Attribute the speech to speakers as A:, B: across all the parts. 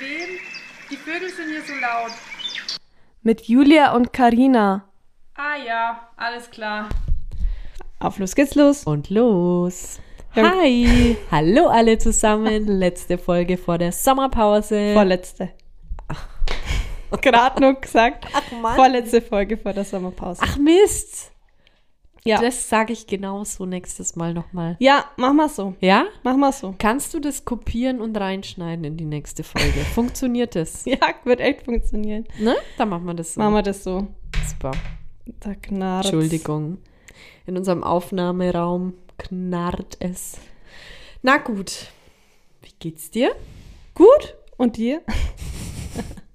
A: wem? Die Vögel sind hier so laut.
B: Mit Julia und Karina.
A: Ah ja, alles klar.
C: Auf los geht's los.
D: Und los.
C: Hi.
D: Hallo alle zusammen. Letzte Folge vor der Sommerpause.
C: Vorletzte. Gerade noch gesagt.
D: Ach Mann.
C: Vorletzte Folge vor der Sommerpause.
D: Ach Mist.
C: ja.
D: Ah, Das sage ich genauso nächstes Mal nochmal.
C: Ja, mach mal so.
D: Ja?
C: Mach mal so.
D: Kannst du das kopieren und reinschneiden in die nächste Folge? Funktioniert das?
C: Ja, wird echt funktionieren.
D: Ne? Dann machen wir das so.
C: Machen wir das so.
D: Super.
C: Da knarrt.
D: Entschuldigung. In unserem Aufnahmeraum knarrt es. Na gut. Wie geht's dir?
C: Gut. Und dir?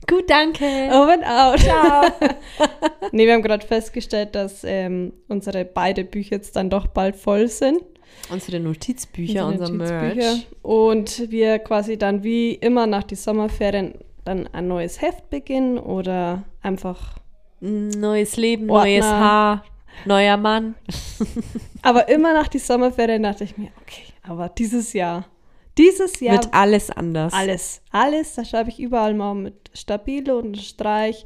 D: Gut, danke.
C: Over and out. nee, wir haben gerade festgestellt, dass ähm, unsere beide Bücher jetzt dann doch bald voll sind.
D: Unsere Notizbücher,
C: Unsere
D: unser
C: Notizbücher.
D: Merch.
C: Und wir quasi dann wie immer nach die Sommerferien dann ein neues Heft beginnen oder einfach.
D: Neues Leben,
C: Ordner.
D: neues Haar, neuer Mann.
C: Aber immer nach die Sommerferien dachte ich mir, okay, aber dieses Jahr, dieses Jahr
D: Wird alles anders.
C: alles, alles, da schreibe ich überall mal mit Stabile und Streich,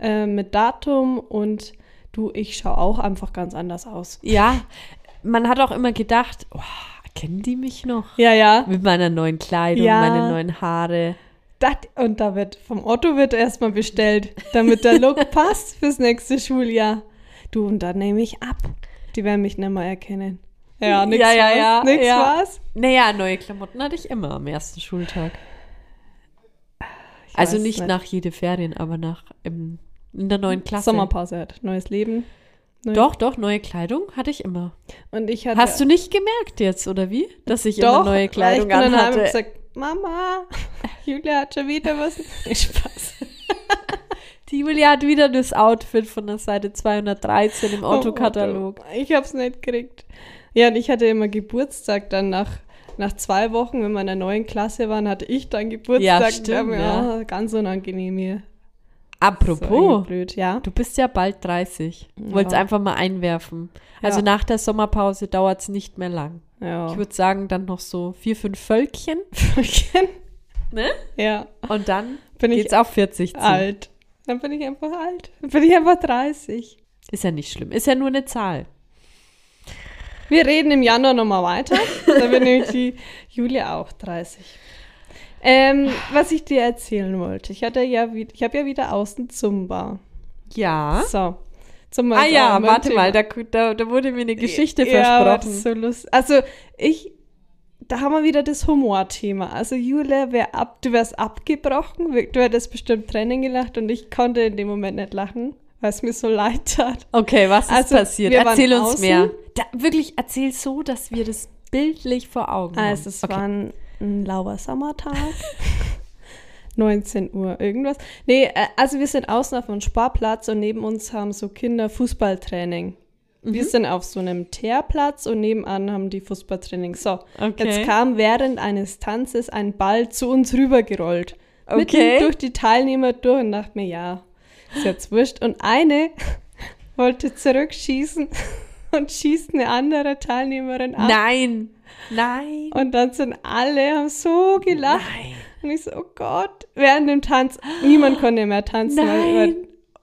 C: äh, mit Datum und du, ich schaue auch einfach ganz anders aus.
D: Ja, man hat auch immer gedacht, oh, kennen die mich noch?
C: Ja, ja.
D: Mit meiner neuen Kleidung,
C: Ja.
D: meine neuen Haare.
C: Das, und da wird vom Otto wird erstmal bestellt, damit der Look passt fürs nächste Schuljahr. Du, und dann nehme ich ab. Die werden mich nicht mehr erkennen. Ja, nix
D: ja, ja,
C: was,
D: ja.
C: nix
D: ja.
C: was.
D: Naja, neue Klamotten hatte ich immer am ersten Schultag.
C: Ich
D: Also
C: weiß
D: nicht,
C: nicht.
D: nach jede Ferien, aber nach im, in der neuen Klasse.
C: Sommerpause hat, neues Leben. Neu-
D: Doch, doch, neue Kleidung hatte ich immer.
C: Und ich hatte
D: Hast du nicht gemerkt jetzt, oder wie? Dass ich
C: doch
D: immer neue Kleidung
C: ich bin dann heim und
D: anhatte.
C: gesagt, Mama, Julia hat schon wieder was. Spaß.
D: Die Julia hat wieder das Outfit von der Seite 213 im Autokatalog.
C: Otto. Oh, Ich hab's nicht gekriegt. Ja, und ich hatte immer Geburtstag dann nach, nach zwei Wochen, wenn wir in der neuen Klasse waren, hatte ich dann Geburtstag.
D: Ja,
C: Und
D: stimmt,
C: da hab ich mir,
D: ja.
C: ah, ganz unangenehm hier. oh. So irgendwie
D: Apropos,
C: blöd, ja.
D: du bist ja bald 30. Wollt's
C: Ja.
D: einfach mal einwerfen. Also
C: Ja.
D: nach der Sommerpause dauert's nicht mehr lang. Ich
C: ja.
D: würde sagen, dann noch so vier, fünf Völkchen. Ne?
C: ja,
D: Und dann
C: bin ich
D: geht's auf 40 zu.
C: alt. Dann bin ich einfach alt. Dann bin ich einfach 30.
D: Ist ja nicht schlimm. Ist ja nur eine Zahl.
C: Wir reden im Januar nochmal weiter. Da wird nämlich die Julia auch 30. Ähm, was ich dir erzählen wollte. Ich hatte ja, wie- ich habe ja wieder außen Zumba.
D: Ja.
C: So. Zumba
D: Ah
C: ist auch
D: ja,
C: immer ein
D: warte
C: Thema.
D: mal, da, da, da wurde mir eine Geschichte
C: aber das
D: versprochen.
C: ist so lustig. Also ich, da haben wir wieder das Humorthema. Also Julia, wär ab, du wärst abgebrochen, wir- du hättest bestimmt Tränen gelacht und ich konnte in dem Moment nicht lachen, weil es mir so leid tat.
D: Okay, was ist
C: Also,
D: passiert?
C: wir waren
D: Erzähl uns
C: außen.
D: mehr. Da, wirklich, erzähl so, dass wir das bildlich vor Augen haben.
C: Also es war ein, ein lauer Sommertag. 19 Uhr irgendwas. Nee, äh, also wir sind außen auf einem Sparplatz und neben uns haben so Kinder Fußballtraining.
D: Mhm.
C: Wir sind auf so einem Teerplatz und nebenan haben die Fußballtraining. So,
D: Okay.
C: jetzt kam während eines Tanzes ein Ball zu uns rübergerollt.
D: Okay.
C: Mitten durch die Teilnehmer durch und dachte mir, ja, ist jetzt wurscht. Und eine wollte zurückschießen und schießt eine andere Teilnehmerin ab.
D: Nein, nein.
C: Und dann sind alle haben so gelacht. Und ich so, oh Gott, während dem Tanz, niemand konnte mehr tanzen. weil-
D: Nein.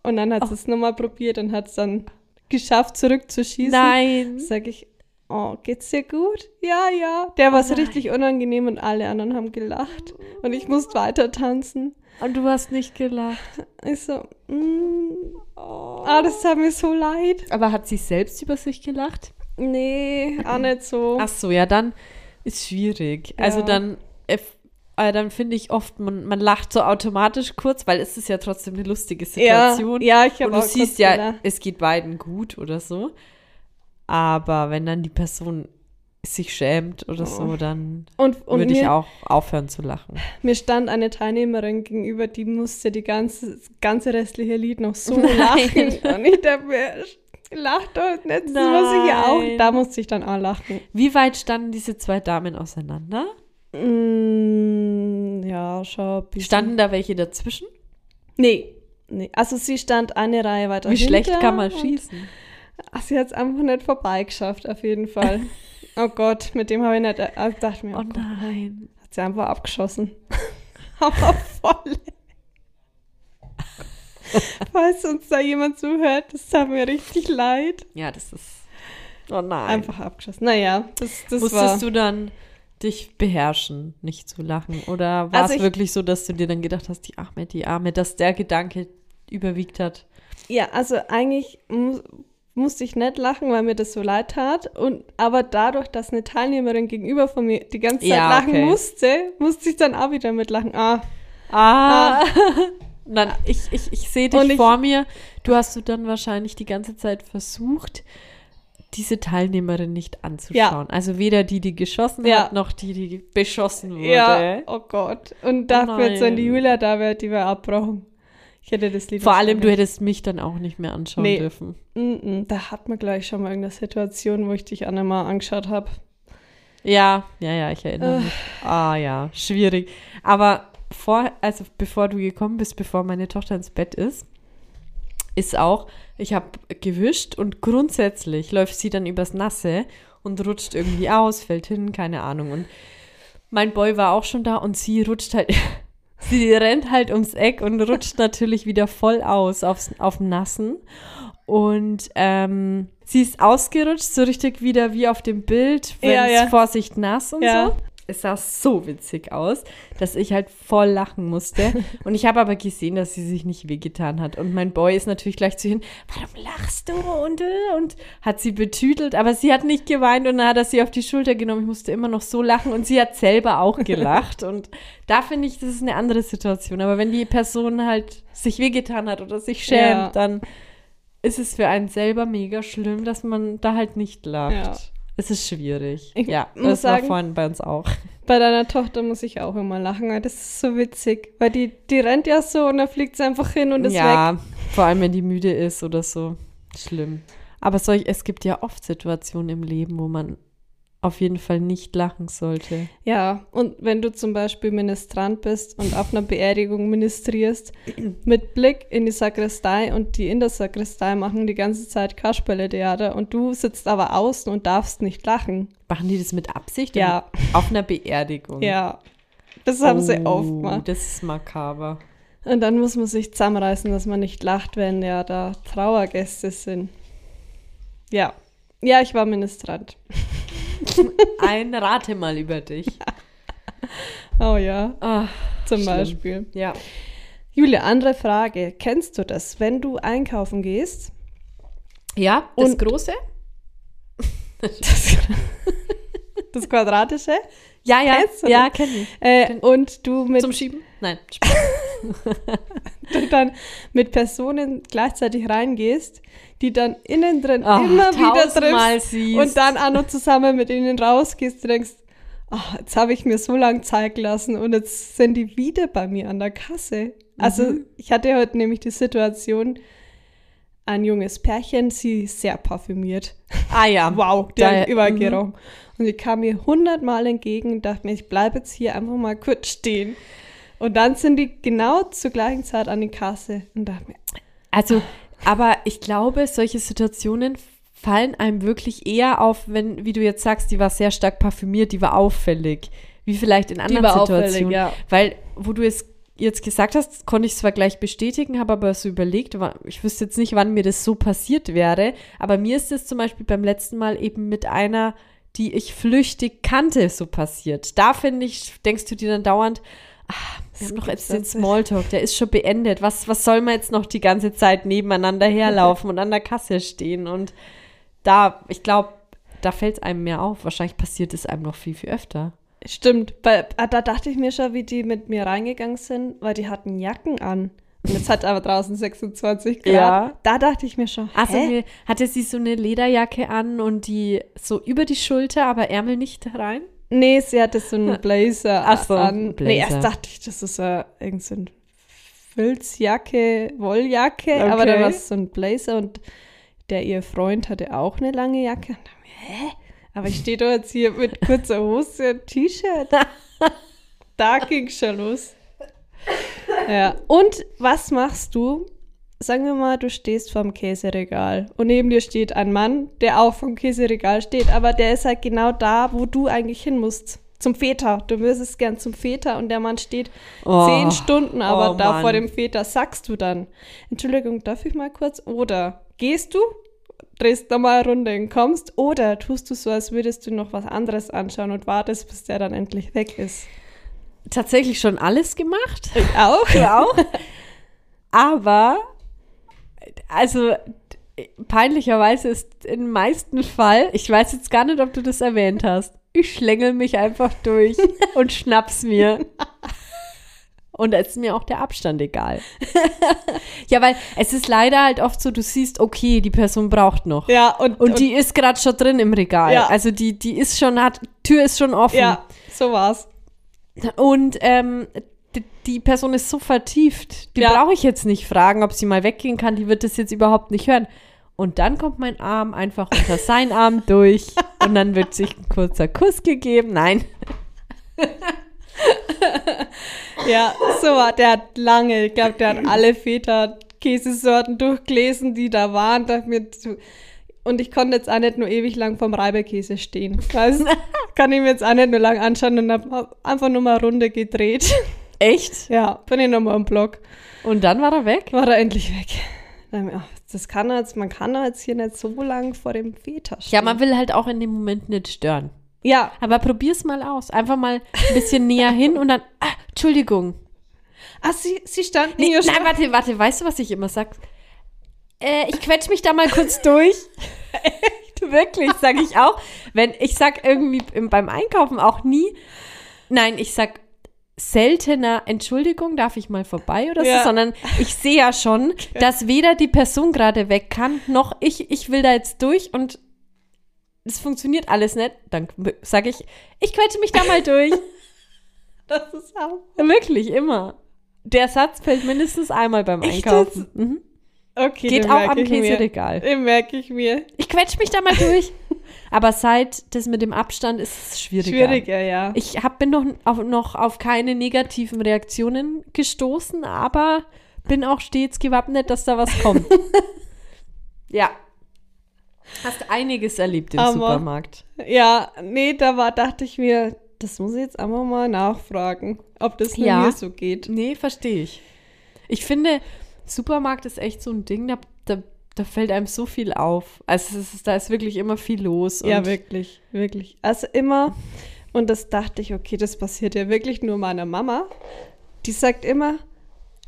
D: Oh.
C: Und dann hat sie es nochmal probiert und hat es dann geschafft, zurückzuschießen.
D: Nein.
C: Sag ich, oh, geht's dir gut? Ja, ja.
D: Oh
C: Der war es richtig unangenehm und alle anderen haben gelacht. Und ich musste weiter tanzen.
D: Und du hast nicht gelacht.
C: Ich so, mm,
D: Oh.
C: ah, das tat mir so leid.
D: Aber hat sie selbst über sich gelacht?
C: Nee, auch nicht so.
D: Ach so, ja, dann ist schwierig. Also
C: Ja.
D: dann, äh, äh, dann finde ich oft, man, man lacht so automatisch kurz, weil es ist ja trotzdem eine lustige
C: ja,
D: Situation.
C: ja, ich
D: Und
C: habe
D: du
C: auch
D: siehst
C: kurz
D: ja,
C: gelacht.
D: es geht beiden gut oder so. Aber wenn dann die Person sich schämt oder so, dann
C: Oh. Und, und
D: würde ich
C: mir-
D: auch aufhören zu lachen.
C: Mir stand eine Teilnehmerin gegenüber, die musste die ganze, das ganze restliche Lied noch so lachen. Und ich dachte mir, lach doch nicht, das muss ich ja auch.
D: Nein.
C: Da musste ich dann auch lachen.
D: Wie weit standen diese zwei Damen auseinander?
C: Mm, ja, schau. bisschen.
D: Standen da welche dazwischen?
C: Nee. Nee. Also sie stand eine Reihe weiter
D: Wie schlecht
C: hinter
D: kann man
C: und-
D: schießen?
C: Ach, sie hat es einfach nicht vorbeigeschafft, auf jeden Fall. oh Gott, mit dem habe ich nicht, ich dachte mir,
D: Oh
C: oh Gott,
D: nein.
C: hat sie einfach abgeschossen. hammervolle. Falls uns da jemand zuhört, das tat mir richtig leid.
D: Ja, das ist. Oh nein.
C: Einfach abgeschossen. Naja, das, das
D: Musstest
C: war...
D: du dann dich beherrschen, nicht zu lachen? Oder war
C: Also
D: es
C: ich-
D: wirklich so, dass du dir dann gedacht hast, die Arme, die Arme, dass der Gedanke überwiegt hat?
C: Ja, also eigentlich mu musste ich nicht lachen, weil mir das so leid tat. Und, aber dadurch, dass eine Teilnehmerin gegenüber von mir die ganze Zeit
D: Ja,
C: lachen
D: okay.
C: musste, musste ich dann auch wieder mitlachen. Ah,
D: Ah! Und dann, ich, ich, ich sehe dich
C: Und ich-
D: vor mir. Du hast du dann wahrscheinlich die ganze Zeit versucht, diese Teilnehmerin nicht anzuschauen. Also weder die, die geschossen
C: Ja.
D: hat, noch die, die beschossen wurde.
C: ja, oh Gott. Und dafür
D: nein.
C: jetzt, wenn die Julia da wäre, die wäre abbrochen. Ich hätte das Lied
D: Vor allem, du hättest mich dann auch nicht mehr anschauen
C: Nee.
D: dürfen.
C: Mm -mm, da hat man gleich schon mal irgendeine Situation, wo ich dich auch nicht mal angeschaut habe.
D: Ja, ja, ja, ich erinnere
C: Äh.
D: mich. Ah ja, schwierig. Aber vor, also bevor du gekommen bist, bevor meine Tochter ins Bett ist, ist auch, ich habe gewischt und grundsätzlich läuft sie dann übers Nasse und rutscht irgendwie aus, fällt hin, keine Ahnung. Und mein Boy war auch schon da und sie rutscht halt, sie rennt halt ums Eck und rutscht natürlich wieder voll aus aufs, auf dem Nassen. Und ähm, sie ist ausgerutscht, so richtig wieder wie auf dem Bild, wenn
C: Ja, ja.
D: Vorsicht nass und
C: Ja.
D: so. Es sah so witzig aus, dass ich halt voll lachen musste. Und ich habe aber gesehen, dass sie sich nicht wehgetan hat. Und mein Boy ist natürlich gleich zu ihr hin, warum lachst du? Und, äh, und hat sie betütelt, aber sie hat nicht geweint und dann hat er sie auf die Schulter genommen. Ich musste immer noch so lachen und sie hat selber auch gelacht. und da finde ich, das ist eine andere Situation. Aber wenn die Person halt sich wehgetan hat oder sich schämt,
C: Ja.
D: dann ist es für einen selber mega schlimm, dass man da halt nicht lacht.
C: Ja.
D: Es ist schwierig.
C: Ich
D: ja,
C: muss
D: das war
C: sagen-
D: vorhin bei uns auch.
C: Bei deiner Tochter muss ich auch immer lachen. weil Das ist so witzig, weil die, die rennt ja so und dann fliegt sie einfach hin und ist weg.
D: ja, vor allem wenn die müde ist oder so. Schlimm. Aber solch, es gibt ja oft Situationen im Leben, wo man auf jeden Fall nicht lachen sollte.
C: Ja, und wenn du zum Beispiel Ministrant bist und auf einer Beerdigung ministrierst, mit Blick in die Sakristei und die in der Sakristei machen die ganze Zeit Kasperle-Theater und du sitzt aber außen und darfst nicht lachen.
D: Machen die das mit Absicht?
C: Ja.
D: Auf einer Beerdigung.
C: Ja, das haben sie
D: Oh,
C: oft gemacht.
D: Das ist makaber.
C: Und dann muss man sich zusammenreißen, dass man nicht lacht, wenn ja da Trauergäste sind. Ja, ja, ich war Ministrant.
D: Ein Rate mal über dich.
C: Oh ja,
D: Ah,
C: zum
D: schlimm.
C: Beispiel.
D: ja.
C: Julia, andere Frage. Kennst du das, wenn du einkaufen gehst?
D: Ja, das
C: Und-
D: Große?
C: Das, das Quadratische.
D: Ja, ja.
C: Kennst du
D: ja, kenn ich.
C: Äh, und du mit,
D: Zum Schieben? Nein.
C: du dann mit Personen gleichzeitig reingehst, die dann innen drin
D: Ah,
C: immer wieder
D: tausendmal
C: triffst
D: siehst.
C: und dann auch noch zusammen mit ihnen rausgehst, du denkst, ah, jetzt habe ich mir so lange Zeit gelassen und jetzt sind die wieder bei mir an der Kasse. Also ich hatte heute nämlich die Situation, ein junges Pärchen, sie sehr parfümiert.
D: Ah ja.
C: Wow, die
D: Da-
C: hat überall
D: mhm.
C: gerochen. Und sie kam mir hundertmal entgegen und dachte mir, ich bleibe jetzt hier einfach mal kurz stehen. Und dann sind die genau zur gleichen Zeit an die Kasse und dachte mir,
D: Also, aber ich glaube, solche Situationen fallen einem wirklich eher auf, wenn, wie du jetzt sagst, die war sehr stark parfümiert, die war auffällig. Wie vielleicht in anderen
C: war auffällig,
D: Situationen.
C: ja.
D: Weil, wo du es jetzt gesagt hast, konnte ich zwar gleich bestätigen, habe aber so überlegt, wa- ich wüsste jetzt nicht, wann mir das so passiert wäre, aber mir ist es zum Beispiel beim letzten Mal eben mit einer, die ich flüchtig kannte, so passiert. Da finde ich, denkst du dir dann dauernd, ah, wir haben doch jetzt den Smalltalk, der ist schon beendet. Was, was soll man jetzt noch die ganze Zeit nebeneinander herlaufen und an der Kasse stehen? Und da, ich glaube, da fällt es einem mehr auf. Wahrscheinlich passiert es einem noch viel, viel öfter.
C: stimmt, weil, ah, da dachte ich mir schon, wie die mit mir reingegangen sind, weil die hatten Jacken an. Und jetzt hat aber draußen 26 Grad.
D: Ja.
C: Da dachte ich mir schon,
D: Also
C: hä?
D: eine, hatte sie so eine Lederjacke an und die so über die Schulter, aber Ärmel nicht rein?
C: Nee, sie hatte so einen Blazer
D: Hm. Ach so,
C: an. Nee,
D: Blazer.
C: erst dachte ich, das ist äh, irgend so ein Filzjacke, Wolljacke, aber
D: Okay.
C: da war es so ein Blazer und der ihr Freund hatte auch eine lange Jacke. Und dann, hä? Aber ich stehe doch jetzt hier mit kurzer Hose und T-Shirt. da ging schon los. Ja. Und was machst du? Sagen wir mal, du stehst vorm Käseregal und neben dir steht ein Mann, der auch vom Käseregal steht, aber der ist halt genau da, wo du eigentlich hin musst. Zum Väter. Du würdest gern zum Väter und der Mann steht
D: Oh,
C: zehn Stunden, aber
D: oh
C: da vor
D: Mann.
C: dem Väter sagst du dann, Entschuldigung, darf ich mal kurz? Oder gehst du, drehst nochmal eine Runde und kommst? Oder tust du so, als würdest du noch was anderes anschauen und wartest, bis der dann endlich weg ist?
D: Tatsächlich schon alles gemacht.
C: Ich auch?
D: Ja auch. Aber, also peinlicherweise ist im meisten Fall, ich weiß jetzt gar nicht, ob du das erwähnt hast, ich schlängel mich einfach durch und schnapp's mir. Und da ist mir auch der Abstand egal. ja, weil es ist leider halt oft so, du siehst, okay, die Person braucht noch.
C: Ja, und,
D: Und die ist gerade schon drin im Regal.
C: Ja.
D: Also die, die ist schon, hat, Tür ist schon offen.
C: ja, so war's.
D: Und ähm, die, die Person ist so vertieft, die
C: Ja.
D: brauche ich jetzt nicht fragen, ob sie mal weggehen kann, die wird das jetzt überhaupt nicht hören. Und dann kommt mein Arm einfach unter seinen Arm durch und dann wird sich ein kurzer Kuss gegeben. Nein,
C: Ja, so war. Der hat lange, ich glaube, der hat alle Feta-Käsesorten durchgelesen, die da waren. Dachte mir, du- und ich konnte jetzt auch nicht nur ewig lang vom Reibekäse stehen. Weißt? Kann ich mir jetzt auch nicht nur lang anschauen und hab einfach nur mal eine Runde gedreht.
D: echt?
C: Ja, bin ich nochmal im Blog.
D: Und dann war er weg?
C: War er endlich weg. Dann, ach, das kann er jetzt, man kann er jetzt hier nicht so lang vor dem Feta stehen.
D: Ja, man will halt auch in dem Moment nicht stören.
C: ja,
D: Aber probier's mal aus. Einfach mal ein bisschen näher hin und dann, ah, Entschuldigung.
C: ah, sie, sie standen
D: Nee,
C: hier
D: nein, warte, warte, weißt du, was ich immer sag? Äh, ich quetsch mich da mal kurz durch. Echt? Wirklich, sag ich auch. Wenn ich sag irgendwie im, beim Einkaufen auch nie, nein, ich sag seltener Entschuldigung, darf ich mal vorbei oder
C: Ja.
D: so, sondern ich sehe ja schon, dass weder die Person gerade weg kann, noch ich, ich will da jetzt durch und es funktioniert alles nicht, dann sag ich, ich quetsche mich da mal durch.
C: Das ist auch
D: Wirklich, immer. Der Satz fällt mindestens einmal beim
C: Echt
D: Einkaufen. Mhm.
C: Okay,
D: Geht
C: den
D: auch
C: merk
D: am
C: ich mir.
D: Käseregal.
C: Den merke ich mir.
D: Ich quetsch mich da mal durch. Aber seit das mit dem Abstand ist es schwieriger.
C: Schwieriger, ja.
D: Ich hab, bin noch auf, noch auf keine negativen Reaktionen gestoßen, aber bin auch stets gewappnet, dass da was kommt. ja. Hast einiges erlebt im
C: Aber-
D: Supermarkt.
C: Ja, nee, da war, dachte ich mir, das muss ich jetzt einfach mal nachfragen, ob das mit
D: Ja.
C: mir so geht.
D: Nee, verstehe ich. Ich finde, Supermarkt ist echt so ein Ding, da, da, da fällt einem so viel auf. Also es ist, da ist wirklich immer viel los. Und
C: Ja, wirklich, wirklich. Also immer, und das dachte ich, okay, das passiert ja wirklich nur meiner Mama. Die sagt immer,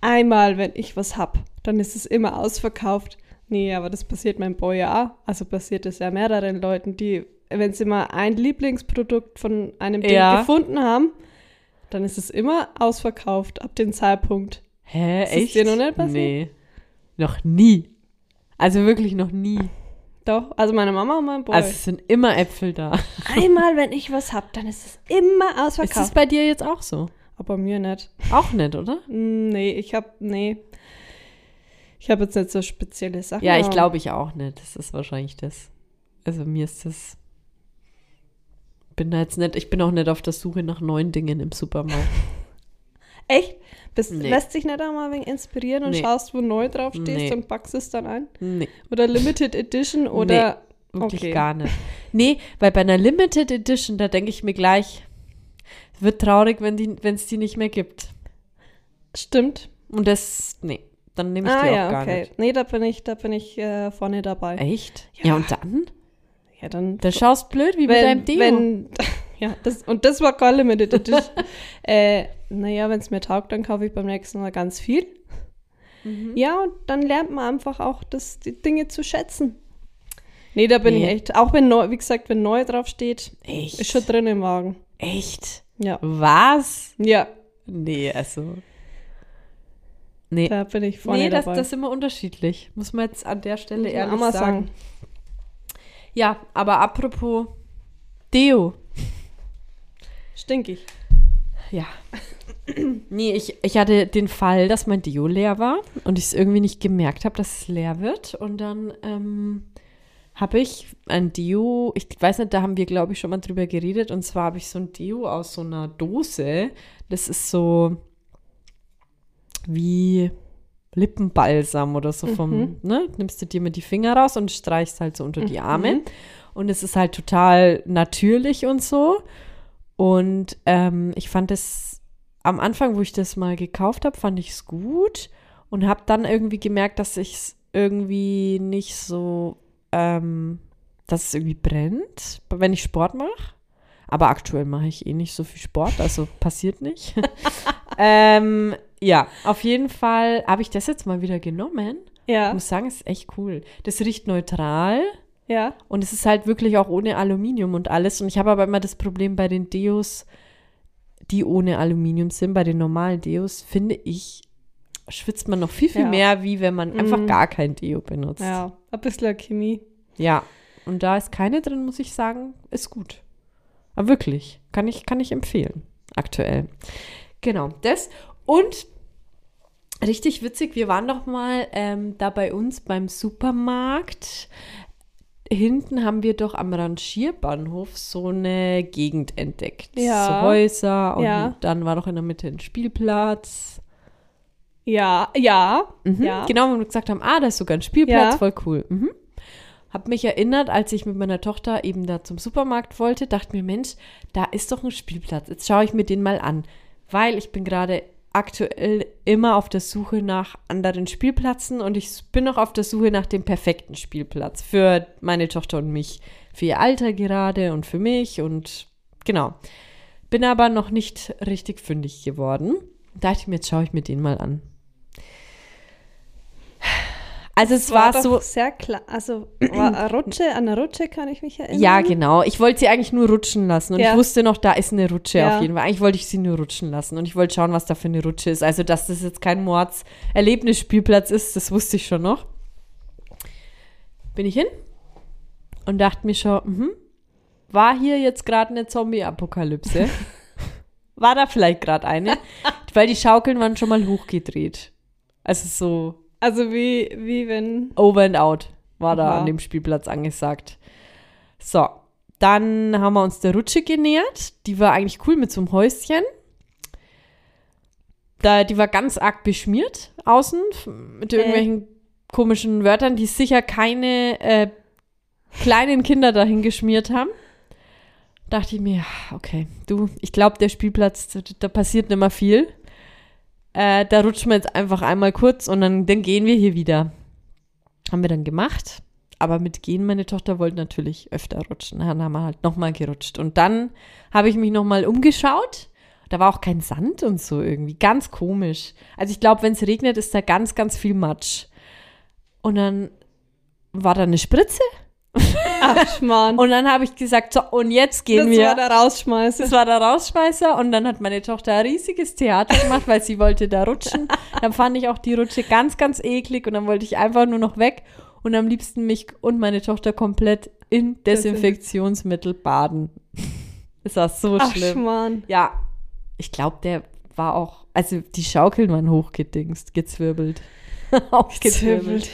C: einmal, wenn ich was hab, dann ist es immer ausverkauft. Nee, aber das passiert meinem Boy ja auch. Also passiert es ja mehreren Leuten, die, wenn sie mal ein Lieblingsprodukt von einem Ding
D: Ja.
C: gefunden haben, dann ist es immer ausverkauft ab dem Zeitpunkt.
D: Hä,
C: Ist es
D: echt?
C: dir noch nicht passiert?
D: Nee. Noch nie. Also wirklich noch nie.
C: Doch, also meine Mama und mein Boy.
D: Also es sind immer Äpfel da.
C: einmal, wenn ich was hab, dann ist es immer
D: Ist es bei dir jetzt auch so?
C: Aber mir nicht.
D: Auch nicht, oder?
C: Mm, Nee, ich hab, nee. Ich habe jetzt nicht so spezielle Sachen.
D: Ja, ich
C: aber-
D: glaube ich auch nicht. Das ist wahrscheinlich das. Also mir ist das. Bin da jetzt nicht, ich bin auch nicht auf der Suche nach neuen Dingen im Supermarkt.
C: Echt? Bist,
D: Nee.
C: Lässt dich nicht einmal wegen inspirieren und
D: Nee.
C: schaust, wo neu drauf stehst
D: Nee.
C: und packst es dann ein?
D: Nee.
C: Oder Limited Edition oder.
D: Wirklich
C: Okay.
D: gar nicht. Nee, weil bei einer Limited Edition, da denke ich mir gleich, es wird traurig, wenn es die nicht mehr gibt.
C: Stimmt.
D: Und das, nee, dann nehme ich
C: ah
D: die auch
C: ja,
D: gar
C: okay.
D: nicht.
C: Nee, da bin ich, da bin ich äh, vorne dabei.
D: Echt? Ja.
C: Ja.
D: und dann?
C: Ja, dann.
D: Da schaust blöd wie mit deinem Deo.
C: Wenn, ja, das, und das war keine Limited Edition. äh, naja, wenn es mir taugt, dann kaufe ich beim nächsten Mal ganz viel.
D: Mhm.
C: Ja, und dann lernt man einfach auch, das, die Dinge zu schätzen. Nee, da bin
D: Nee.
C: ich echt. Auch wenn neu, wie gesagt, wenn neu draufsteht,
D: Echt?
C: ist schon drin im Wagen.
D: Echt?
C: Ja.
D: Was?
C: Ja,
D: Nee, also. Nee.
C: da bin ich vorne
D: Nee, das,
C: dabei.
D: das sind wir unterschiedlich. Muss man jetzt an der Stelle
C: Muss man
D: ehrlich
C: auch mal
D: sagen. Ja, aber apropos Deo.
C: Stinkig.
D: Ja. nee, ich, ich hatte den Fall, dass mein Deo leer war und ich es irgendwie nicht gemerkt habe, dass es leer wird. Und dann ähm, habe ich ein Deo, ich weiß nicht, da haben wir, glaube ich, schon mal drüber geredet. Und zwar habe ich so ein Deo aus so einer Dose. Das ist so wie Lippenbalsam oder so vom, ne? Nimmst du dir mit die Finger raus und streichst halt so unter die Arme. Und es ist halt total natürlich und so. Und ähm, ich fand es am Anfang, wo ich das mal gekauft habe, fand ich es gut und habe dann irgendwie gemerkt, dass ich es irgendwie nicht so, ähm, dass es irgendwie brennt, wenn ich Sport mache. Aber aktuell mache ich eh nicht so viel Sport, also passiert nicht. ähm, ja, auf jeden Fall habe ich das jetzt mal wieder genommen. Ich
C: Ja,
D: muss sagen, es ist echt cool. Das riecht neutral.
C: ja.
D: Und es ist halt wirklich auch ohne Aluminium und alles. Und ich habe aber immer das Problem bei den Deos, die ohne Aluminium sind, bei den normalen Deos, finde ich, schwitzt man noch viel, viel
C: Ja.
D: mehr, wie wenn man einfach
C: Mhm.
D: gar kein Deo benutzt. Ja.
C: Ja, ein bisschen Chemie.
D: Und da ist keine drin, muss ich sagen, ist gut. Aber wirklich, kann ich, kann ich empfehlen, aktuell. Genau, das. Und richtig witzig, wir waren doch mal ähm, da bei uns beim Supermarkt hinten haben wir doch am Rangierbahnhof so eine Gegend entdeckt.
C: Ja.
D: So Häuser und
C: Ja.
D: dann war doch in der Mitte ein Spielplatz.
C: Ja, ja,
D: Mhm.
C: ja.
D: Genau, wo wir gesagt haben, ah, da ist sogar ein Spielplatz,
C: Ja.
D: voll cool. Mhm. Hab mich erinnert, als ich mit meiner Tochter eben da zum Supermarkt wollte, dachte mir, Mensch, da ist doch ein Spielplatz. Jetzt schaue ich mir den mal an, weil ich bin gerade aktuell immer auf der Suche nach anderen Spielplätzen und ich bin noch auf der Suche nach dem perfekten Spielplatz für meine Tochter und mich, für ihr Alter gerade und für mich und genau. Bin aber noch nicht richtig fündig geworden. Dachte ich mir, jetzt schaue ich mir den mal an. Also es war,
C: doch
D: so,
C: sehr klar. Also war eine Rutsche, an eine Rutsche kann ich mich erinnern.
D: ja genau. Ich wollte sie eigentlich nur rutschen lassen und
C: Ja.
D: ich wusste noch, da ist eine Rutsche
C: Ja.
D: auf jeden Fall. Eigentlich wollte ich sie nur rutschen lassen und ich wollte schauen, was da für eine Rutsche ist. Also dass das jetzt kein Mordserlebnisspielplatz ist, das wusste ich schon noch. Bin ich hin und dachte mir schon, mhm, war hier jetzt gerade eine Zombie-Apokalypse? war da vielleicht gerade eine? Weil die Schaukeln waren schon mal hochgedreht. Also so
C: Also wie, wie wenn.
D: Over and Out war da
C: Aha.
D: an dem Spielplatz angesagt. So, dann haben wir uns der Rutsche genähert. Die war eigentlich cool mit so einem Häuschen. Da, die war ganz arg beschmiert außen f- mit
C: Äh.
D: irgendwelchen komischen Wörtern, die sicher keine äh, kleinen Kinder dahin geschmiert haben. Dachte ich mir, ja, okay, du, ich glaube, der Spielplatz, da, da passiert nicht mehr viel. Äh, da rutschen wir jetzt einfach einmal kurz und dann, dann gehen wir hier wieder. Haben wir dann gemacht. Aber mit gehen, meine Tochter wollte natürlich öfter rutschen. Dann haben wir halt nochmal gerutscht. Und dann habe ich mich nochmal umgeschaut. Da war auch kein Sand und so irgendwie. Ganz komisch. Also ich glaube, wenn es regnet, ist da ganz, ganz viel Matsch. Und dann war da eine Spritze.
C: Abschmarrn.
D: Und dann habe ich gesagt, so, und jetzt gehen
C: das
D: wir.
C: war der Rausschmeißer.
D: Das war der Rausschmeißer und dann hat meine Tochter ein riesiges Theater gemacht, weil sie wollte da rutschen. Dann fand ich auch die Rutsche ganz, ganz eklig und dann wollte ich einfach nur noch weg und am liebsten mich und meine Tochter komplett in Desinfektionsmittel baden. Es war so schlimm.
C: Abschmarrn.
D: Ja, ich glaube, der war auch, also die Schaukeln waren hochgedingst, gezwirbelt.
C: Gezwirbelt.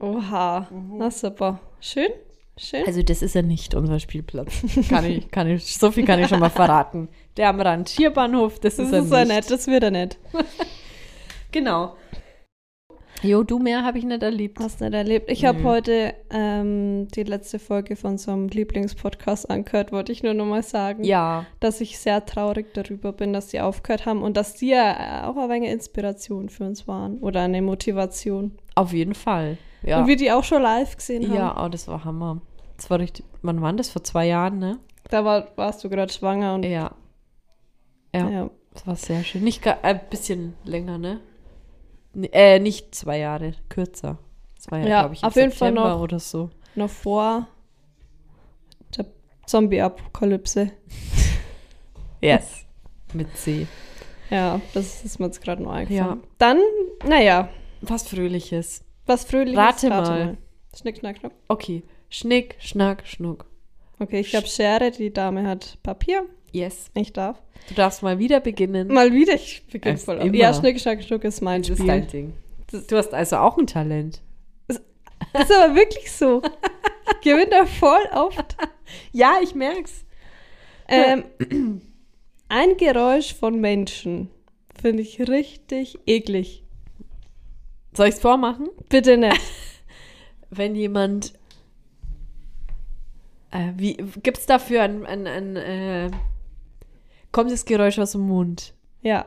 C: Oha.
D: Mhm.
C: Na super. Schön. Schön.
D: Also das ist ja nicht unser Spielplatz. Kann ich, kann ich, so viel kann ich schon mal verraten. Der am Rand Schierbahnhof, das,
C: das
D: ist,
C: ist
D: er
C: ja
D: nicht.
C: nett, das wird er nicht.
D: Genau. Jo, du mehr habe ich nicht erlebt.
C: Hast nicht erlebt. Ich
D: Mhm.
C: habe heute ähm, die letzte Folge von so einem Lieblingspodcast angehört, wollte ich nur nochmal sagen,
D: Ja,
C: dass ich sehr traurig darüber bin, dass sie aufgehört haben und dass die ja auch ein wenig Inspiration für uns waren oder eine Motivation.
D: auf jeden Fall. Ja,
C: Und wir die auch schon live gesehen haben.
D: ja oh, das war Hammer. Das war richtig, wann war das? Vor zwei Jahren, ne?
C: Da war, warst du gerade schwanger und
D: Ja,
C: ja.
D: ja. das war sehr schön. Nicht gar, ein bisschen länger, ne? N- Äh, nicht zwei Jahre, kürzer. Zwei Jahre,
C: Ja,
D: glaube ich, im
C: auf jeden Fall
D: September
C: noch.
D: oder so.
C: noch vor der Zombie-Apokalypse.
D: Yes. Mit C.
C: Ja, das ist mir jetzt gerade noch eingefallen.
D: Ja.
C: Dann, naja,
D: Was Fröhliches.
C: was Fröhliches.
D: Rate mal.
C: Schnick, knack, knack.
D: Okay. Schnick, schnack, schnuck.
C: Okay, ich habe Schere, die Dame hat Papier.
D: Yes.
C: Ich darf.
D: Du darfst mal wieder beginnen.
C: Mal wieder, ich beginne
D: Als
C: voll.
D: immer.
C: Ja, Schnick, Schnack, Schnuck ist mein
D: Das
C: Spiel.
D: ist dein Ding. Du hast also auch ein Talent.
C: Das ist aber wirklich so. Ich gewinne da voll oft.
D: Ja, ich merk's.
C: Ähm, ein Geräusch von Menschen finde ich richtig eklig.
D: Soll ich's vormachen?
C: Bitte nicht.
D: Wenn jemand. Äh, wie, gibt's dafür ein, ein, ein äh, kommt das Geräusch aus dem Mund.
C: Ja,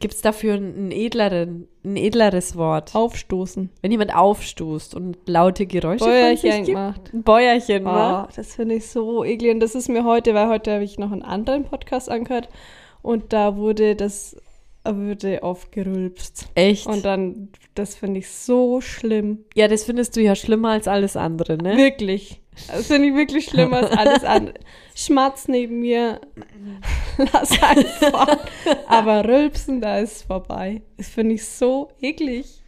D: Gibt es dafür ein, ein, edleren, ein edleres Wort?
C: aufstoßen.
D: Wenn jemand aufstoßt und laute Geräusche
C: Bäuerchen
D: von sich gibt,
C: macht.
D: ein Bäuerchen ne?
C: Oh,
D: macht.
C: das finde ich so eklig. Und das ist mir heute, weil heute habe ich noch einen anderen Podcast angehört und da wurde das wurde oft gerülpst.
D: Echt?
C: Und dann, das finde ich so schlimm.
D: ja, das findest du ja schlimmer als alles andere, ne?
C: Wirklich. Das finde ich wirklich schlimmer als alles andere. Schmatz neben mir, lass einfach. Aber rülpsen, da ist vorbei. Das finde ich so eklig.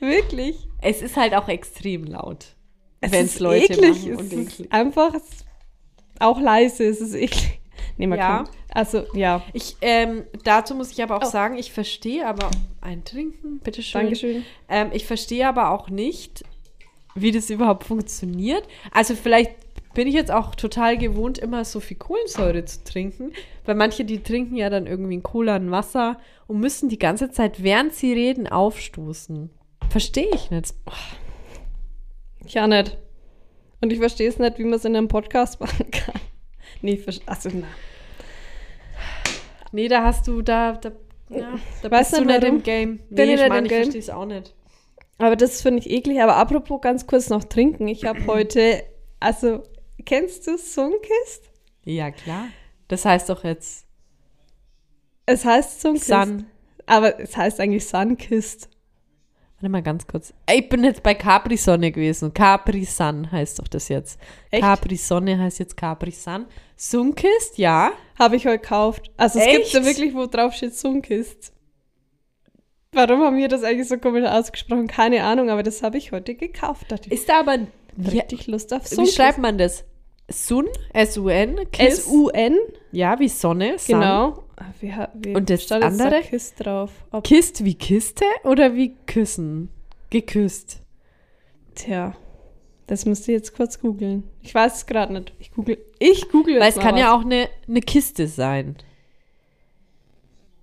C: Wirklich.
D: Es ist halt auch extrem laut.
C: Es
D: Wenn
C: ist
D: es Leute
C: eklig.
D: machen und
C: es ist
D: eklig.
C: einfach es ist auch leise, es ist eklig. Nee, man
D: Ja.
C: kann. Also, ja.
D: Ich, ähm, dazu muss ich aber auch
C: Oh.
D: sagen, ich verstehe aber ein Trinken, bitteschön.
C: Dankeschön.
D: Ähm, ich verstehe aber auch nicht, wie das überhaupt funktioniert. Also vielleicht bin ich jetzt auch total gewohnt, immer so viel Kohlensäure zu trinken, weil manche, die trinken ja dann irgendwie einen Cola, ein Wasser und müssen die ganze Zeit, während sie reden, aufstoßen. Verstehe ich nicht.
C: Ich auch nicht. Und ich verstehe es nicht, wie man es in einem Podcast machen kann. Nee, ich verstehe. Also, na.
D: Nee, da hast du, da, da, ja, da
C: Weißt
D: bist du
C: nicht,
D: nicht
C: warum?
D: im Game. Nee,
C: Bin ich nicht
D: mein,
C: im
D: ich
C: Game?
D: verstehe es auch nicht.
C: Aber das finde ich eklig. Aber apropos ganz kurz noch trinken. Ich habe heute, also, kennst du Sunkist?
D: Ja, klar. Das heißt doch jetzt
C: Es heißt Sunkist.
D: Sun.
C: Aber es heißt eigentlich Sunkist.
D: Warte mal ganz kurz. Ey, Ich bin jetzt bei Capri Sonne gewesen. Capri Sun heißt doch das jetzt.
C: Echt?
D: Capri Sonne heißt jetzt Capri Sun. Sunkist, ja.
C: Habe ich heute gekauft. Also es gibt
D: Echt?
C: da wirklich, wo drauf steht Sunkist. Warum haben wir das eigentlich so komisch ausgesprochen? Keine Ahnung, aber das habe ich heute gekauft. Dachte ich,
D: Ist da aber ein- wie,
C: richtig Lust auf
D: wie
C: Sunkist.
D: schreibt man das? Sun, S-U-N, Kiss.
C: S-U-N,
D: ja, wie Sonne, Sun.
C: genau. Wir, ha- wir
D: Und das
C: stand jetzt
D: andere?
C: Kiss drauf. Ob,
D: Kist wie Kiste oder wie Küssen? Geküsst.
C: tja, das müsst ihr jetzt kurz googeln. Ich weiß es gerade nicht. Ich google, ich google
D: Weil
C: jetzt
D: es
C: mal
D: kann
C: was.
D: ja auch eine, eine Kiste sein.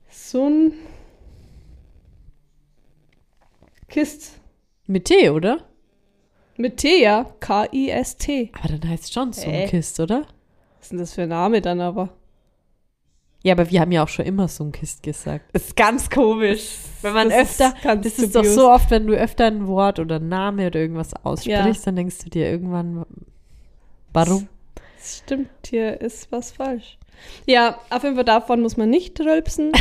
C: Sun Kist
D: Mit T, oder?
C: mit T, ja. K-I-S-T.
D: Aber dann heißt es schon
C: Äh.
D: Sunkist, oder?
C: Was ist denn das für ein Name dann aber?
D: Ja, aber wir haben ja auch schon immer so ein Kist gesagt. Das ist ganz komisch. Wenn man
C: das ist
D: öfter,
C: ganz
D: das ist doch
C: dubios.
D: so oft, wenn du öfter ein Wort oder einen Name oder irgendwas aussprichst, dann denkst du dir irgendwann, warum?
C: Das stimmt, hier ist was falsch. Ja, auf jeden Fall davon muss man nicht rülpsen.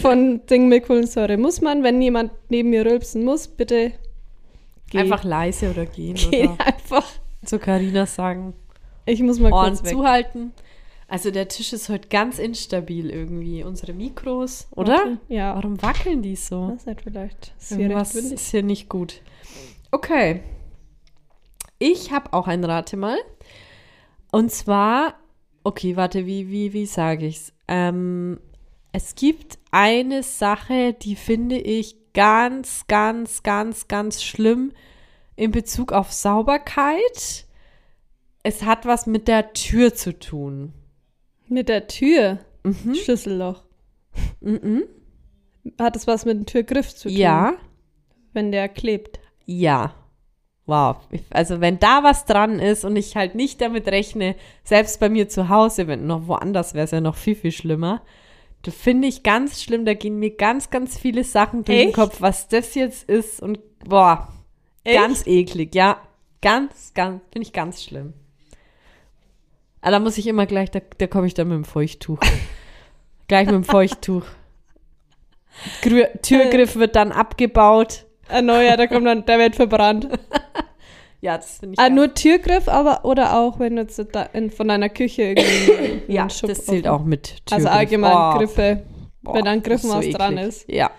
C: Von Dingen mit Kohlensäure muss man. Wenn jemand neben mir rülpsen muss, bitte geh.
D: Einfach leise oder gehen
C: geh
D: oder
C: einfach.
D: zu Carina sagen,
C: Ich muss mal
D: Ohren
C: kurz weg.
D: zuhalten. Also der Tisch ist heute ganz instabil irgendwie. Unsere Mikros, oder?
C: Warte, Ja,
D: Warum wackeln die so?
C: weiß nicht, vielleicht. Ist hier recht
D: Irgendwas
C: windig.
D: ist hier nicht gut. Okay. Ich habe auch ein Ratemal. Und zwar, okay, warte, wie, wie, wie sage ich's? Ähm, es gibt eine Sache, die finde ich ganz, ganz, ganz, ganz schlimm in Bezug auf Sauberkeit. Es hat was mit der Tür zu tun.
C: Mit der Tür.
D: Mhm.
C: Schlüsselloch.
D: Mhm.
C: Hat es was mit dem Türgriff zu tun?
D: Ja,
C: Wenn der klebt.
D: Ja. Wow. Ich- Also wenn da was dran ist und ich halt nicht damit rechne, selbst bei mir zu Hause, wenn noch woanders wäre es ja noch viel, viel schlimmer. Das finde ich ganz schlimm. Da gehen mir ganz, ganz viele Sachen durch den
C: Echt?
D: Kopf, was das jetzt ist. Und boah, ganz eklig, ja. Ganz, ganz, finde ich ganz schlimm. Aber da muss ich immer gleich, da, da komme ich dann mit dem Feuchttuch. gleich mit dem Feuchttuch. Grü Türgriff wird dann abgebaut.
C: Ah, no, ja, da kommt dann, der wird verbrannt.
D: Ja, das finde ich
C: Ah,
D: ganz
C: nur Türgriff, aber oder auch, wenn du jetzt da in, von deiner Küche irgendwie
D: Ja,
C: einen Schub
D: das zählt
C: offen-
D: auch mit
C: Also
D: Türgriff.
C: allgemein
D: Oh,
C: Griffe.
D: boah,
C: wenn an
D: das
C: Griffen
D: ist so
C: was dran
D: eklig.
C: ist.
D: Ja,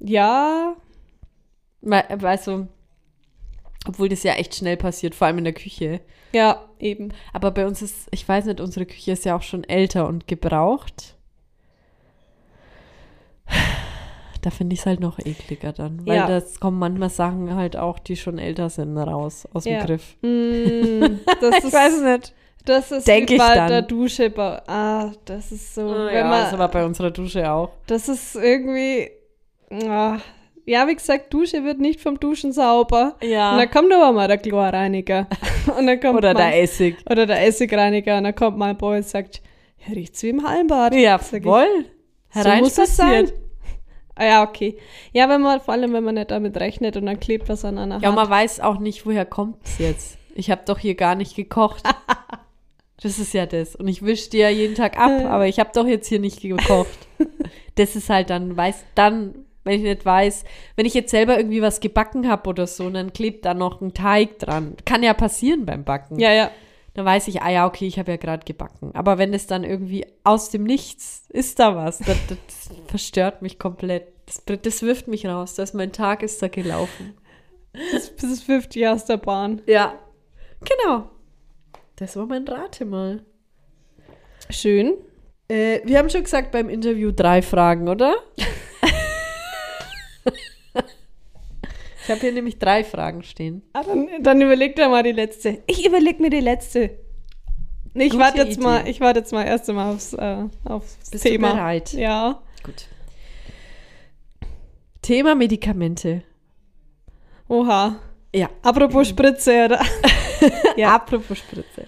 C: Ja,
D: Weil- also, obwohl das ja echt schnell passiert, vor allem in der Küche.
C: ja, eben.
D: Aber bei uns ist, ich weiß nicht, unsere Küche ist ja auch schon älter und gebraucht. Da finde ich es halt noch ekliger dann, weil
C: Ja.
D: das kommen manchmal Sachen halt auch, die schon älter sind, raus aus dem
C: Ja.
D: Griff.
C: Mm, das ist,
D: nicht.
C: Das ist
D: Denk
C: wie
D: ich
C: bei
D: dann.
C: der Dusche. Bei, ah, das ist so.
D: Oh,
C: wenn
D: ja,
C: man,
D: ist aber bei unserer Dusche auch.
C: das ist irgendwie. Ah, ja, wie gesagt, Dusche wird nicht vom Duschen sauber.
D: Ja.
C: Und dann kommt aber mal der Chlorreiniger. Und dann kommt
D: Oder
C: mein,
D: der Essig.
C: Oder der Essigreiniger. Und dann kommt mein Boy und sagt, ja, riecht's wie im Hallenbad.
D: Ja,
C: Sag ich,
D: voll.
C: so muss es sein.
D: Hereinspaziert.
C: Ah, ja, okay. Ja, wenn man, vor allem, wenn man nicht damit rechnet und dann klebt was an einer Hand.
D: Ja, und man weiß auch nicht, woher kommt es jetzt. Ich habe doch hier gar nicht gekocht. Das ist ja das. Und ich wisch dir ja jeden Tag ab, aber ich habe doch jetzt hier nicht gekocht. Das ist halt dann, weiß, dann, wenn ich nicht weiß, wenn ich jetzt selber irgendwie was gebacken habe oder so, und dann klebt da noch ein Teig dran. Kann ja passieren beim Backen.
C: ja, ja.
D: Dann weiß ich, ah ja, okay, ich habe ja gerade gebacken. Aber wenn es dann irgendwie aus dem Nichts ist da was, das, das verstört mich komplett. Das, das wirft mich raus. Das mein Tag ist da gelaufen.
C: Das ist 50 aus der Bahn.
D: Ja. Genau. Das war mein Rate mal.
C: Schön.
D: Äh, wir haben schon gesagt beim Interview drei Fragen, oder? ich habe hier nämlich drei Fragen stehen.
C: Ah, dann, dann überleg dir mal die letzte. Ich überleg mir die letzte. Nee, ich
D: Gute
C: warte jetzt
D: Idee.
C: mal, ich warte jetzt mal erst einmal aufs, äh, aufs
D: Bist du
C: Thema.
D: bereit?
C: Ja.
D: Gut. Thema Medikamente.
C: Oha.
D: Ja.
C: Apropos Spritze, oder?
D: ja. Mhm. Apropos Spritze.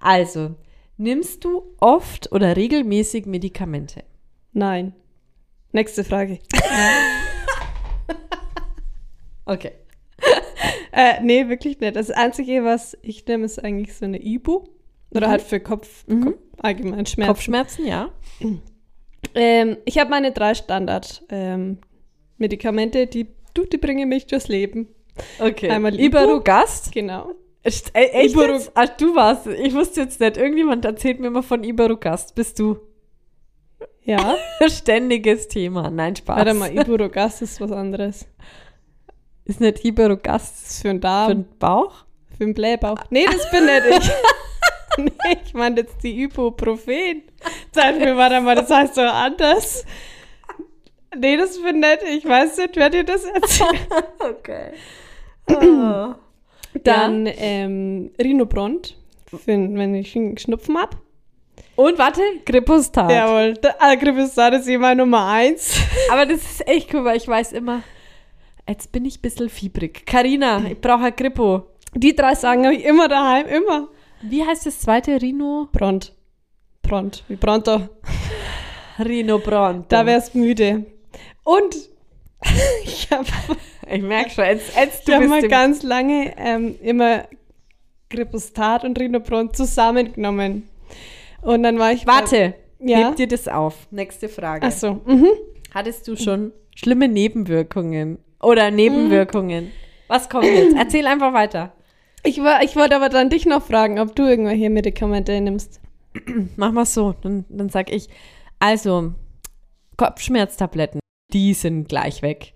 D: Also, nimmst du oft oder regelmäßig Medikamente?
C: Nein. Nächste Frage.
D: Okay.
C: Äh, nee, wirklich nicht. Das Einzige, was ich nehme, ist eigentlich so eine Ibu. Oder
D: Mhm.
C: halt für Kopf, Kopf allgemein Schmerzen.
D: Kopfschmerzen, ja.
C: Ähm, ich habe meine drei Standard-Medikamente, die du, die bringen mich durchs Leben.
D: Okay.
C: Einmal
D: Einmal
C: Ibu.
D: Iberogast.
C: Genau.
D: Echt, e- echt
C: Ibero-
D: jetzt? Ach, du warst. Ich wusste jetzt nicht. Irgendjemand erzählt mir immer von Iberogast. Bist du?
C: Ja.
D: Ständiges Thema. Nein, Spaß.
C: Warte mal, Iburogast ist was anderes.
D: Ist nicht Iberogast
C: Das ist für den
D: für
C: Darm,
D: den Bauch?
C: für, den Blähbauch. Nee, das bin nicht ich. nee, ich meine jetzt die Ibuprofen. Sag mir, warte mal, das heißt doch anders. Nee, das bin nicht ich. Weiß nicht, wer dir das erzählt.
D: Okay. Oh.
C: Dann ähm, Rhinobronт, für, wenn ich einen Schnupfen hab.
D: Und warte, Grippostat.
C: Jawohl, der Agrifistat ist immer Nummer eins.
D: Aber das ist echt cool, weil ich weiß immer, jetzt bin ich ein bisschen fiebrig. Carina, ich brauche ein Grippo.
C: Die drei Sachen habe ich immer daheim, immer.
D: Wie heißt das zweite? Rhino?
C: Bront. Bront, wie Bronto.
D: Rhinobronto.
C: Da wär's müde. Und ich habe
D: ich merke schon, jetzt, jetzt du
C: hab
D: bist
C: mal
D: im-
C: ganz lange ähm, immer Grippostat und Rhinobron zusammengenommen. Und dann war ich.
D: Warte,
C: Ja?
D: heb dir das auf. Nächste Frage.
C: Ach so. Mhm.
D: Hattest du schon schlimme Nebenwirkungen oder
C: Mhm.
D: Nebenwirkungen? Was kommt jetzt? Erzähl einfach weiter.
C: Ich, war, ich wollte aber dann dich noch fragen, ob du irgendwelche Medikamente nimmst.
D: Mach mal so, dann, dann sag ich. Also, Kopfschmerztabletten, die sind gleich weg.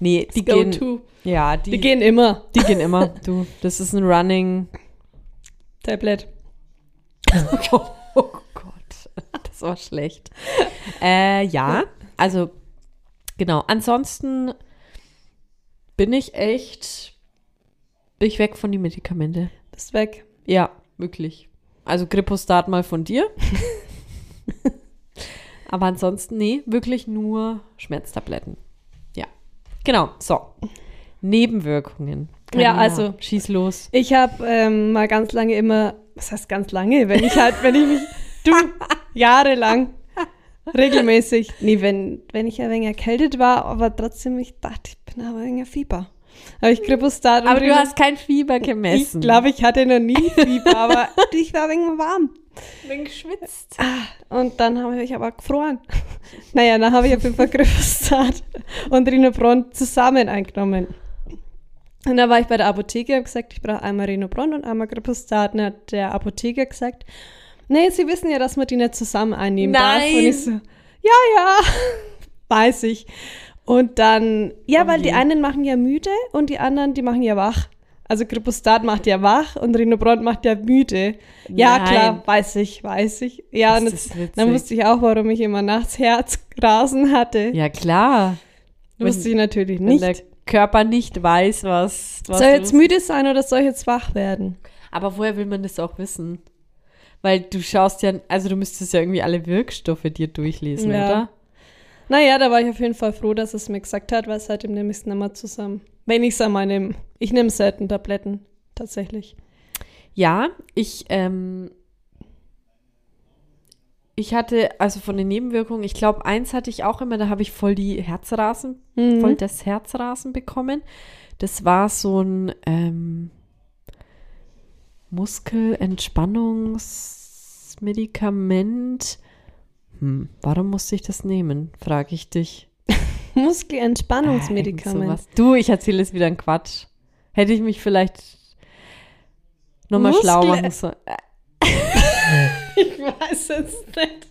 D: nee, die
C: Go
D: gehen,
C: to.
D: ja, die,
C: Die gehen immer.
D: die gehen immer. Du, das ist ein Running.
C: Tablet.
D: Oh, Gott, das war schlecht. äh, ja, also genau. Ansonsten bin ich echt, bin ich weg von den Medikamente.
C: Bist weg.
D: Ja, wirklich. Also Grippostat mal von dir. Aber ansonsten, nee, wirklich nur Schmerztabletten. Ja, genau. So, Nebenwirkungen.
C: Ja, also-
D: schieß los.
C: Ich habe ähm, mal ganz lange immer, was heißt ganz lange, wenn ich halt, wenn ich mich, du, jahrelang, regelmäßig, nee, wenn, wenn ich ein wenig erkältet war, aber trotzdem, ich dachte, ich bin aber ein wenig Fieber. Habe ich Grippostat und
D: Aber du
C: Rhino-
D: hast kein Fieber
C: ich
D: gemessen.
C: glaube, ich hatte noch nie Fieber, aber ich war ein wenig warm.
D: bin geschwitzt.
C: Und dann habe ich aber gefroren. Naja, dann habe ich auf jeden Fall Grippostat und Rhinobron zusammen eingenommen. Und dann war ich bei der Apotheke und habe gesagt, ich brauche einmal Rhinobron und einmal Grippostat. Und dann hat der Apotheker gesagt, nee, Sie wissen ja, dass man die nicht zusammen einnehmen darf. Und
D: Nein.
C: ich so, ja, ja, weiß ich. Und dann,
D: Oh
C: ja, weil die einen machen ja müde und die anderen, die machen ja wach. Also Grippostat macht ja wach und Rhinobron macht ja müde. Ja,
D: Nein.
C: klar, weiß ich, weiß ich. Ja,
D: Das
C: und
D: ist
C: jetzt,
D: witzig.
C: dann wusste ich auch, warum ich immer nachts Herzrasen hatte.
D: Ja, klar.
C: wusste ich natürlich
D: Wenn
C: nicht.
D: der Körper nicht weiß, was. was
C: Soll ich jetzt
D: los-
C: müde sein oder soll ich jetzt wach werden?
D: Aber woher will man das auch wissen? Weil du schaust ja, also du müsstest ja irgendwie alle Wirkstoffe dir durchlesen,
C: Ja.
D: oder?
C: Naja, da war ich auf jeden Fall froh, dass es mir gesagt hat, weil seitdem nehme ich es nicht mehr zusammen. Wenn ich es einmal nehme. Ich nehme selten Tabletten, tatsächlich.
D: Ja, ich, ähm, ich hatte, also von den Nebenwirkungen, ich glaube, eins hatte ich auch immer, da habe ich voll die Herzrasen,
C: Mhm.
D: voll das Herzrasen bekommen. Das war so ein ähm, Muskelentspannungsmedikament. Hm, warum musste ich das nehmen, frage ich dich. Äh,
C: Muskelentspannungsmedikament.
D: irgend sowas. du, ich erzähle jetzt wieder einen Quatsch. Hätte ich mich vielleicht nochmal
C: Muskel-
D: schlau machen sollen. Äh,
C: ich weiß jetzt nicht.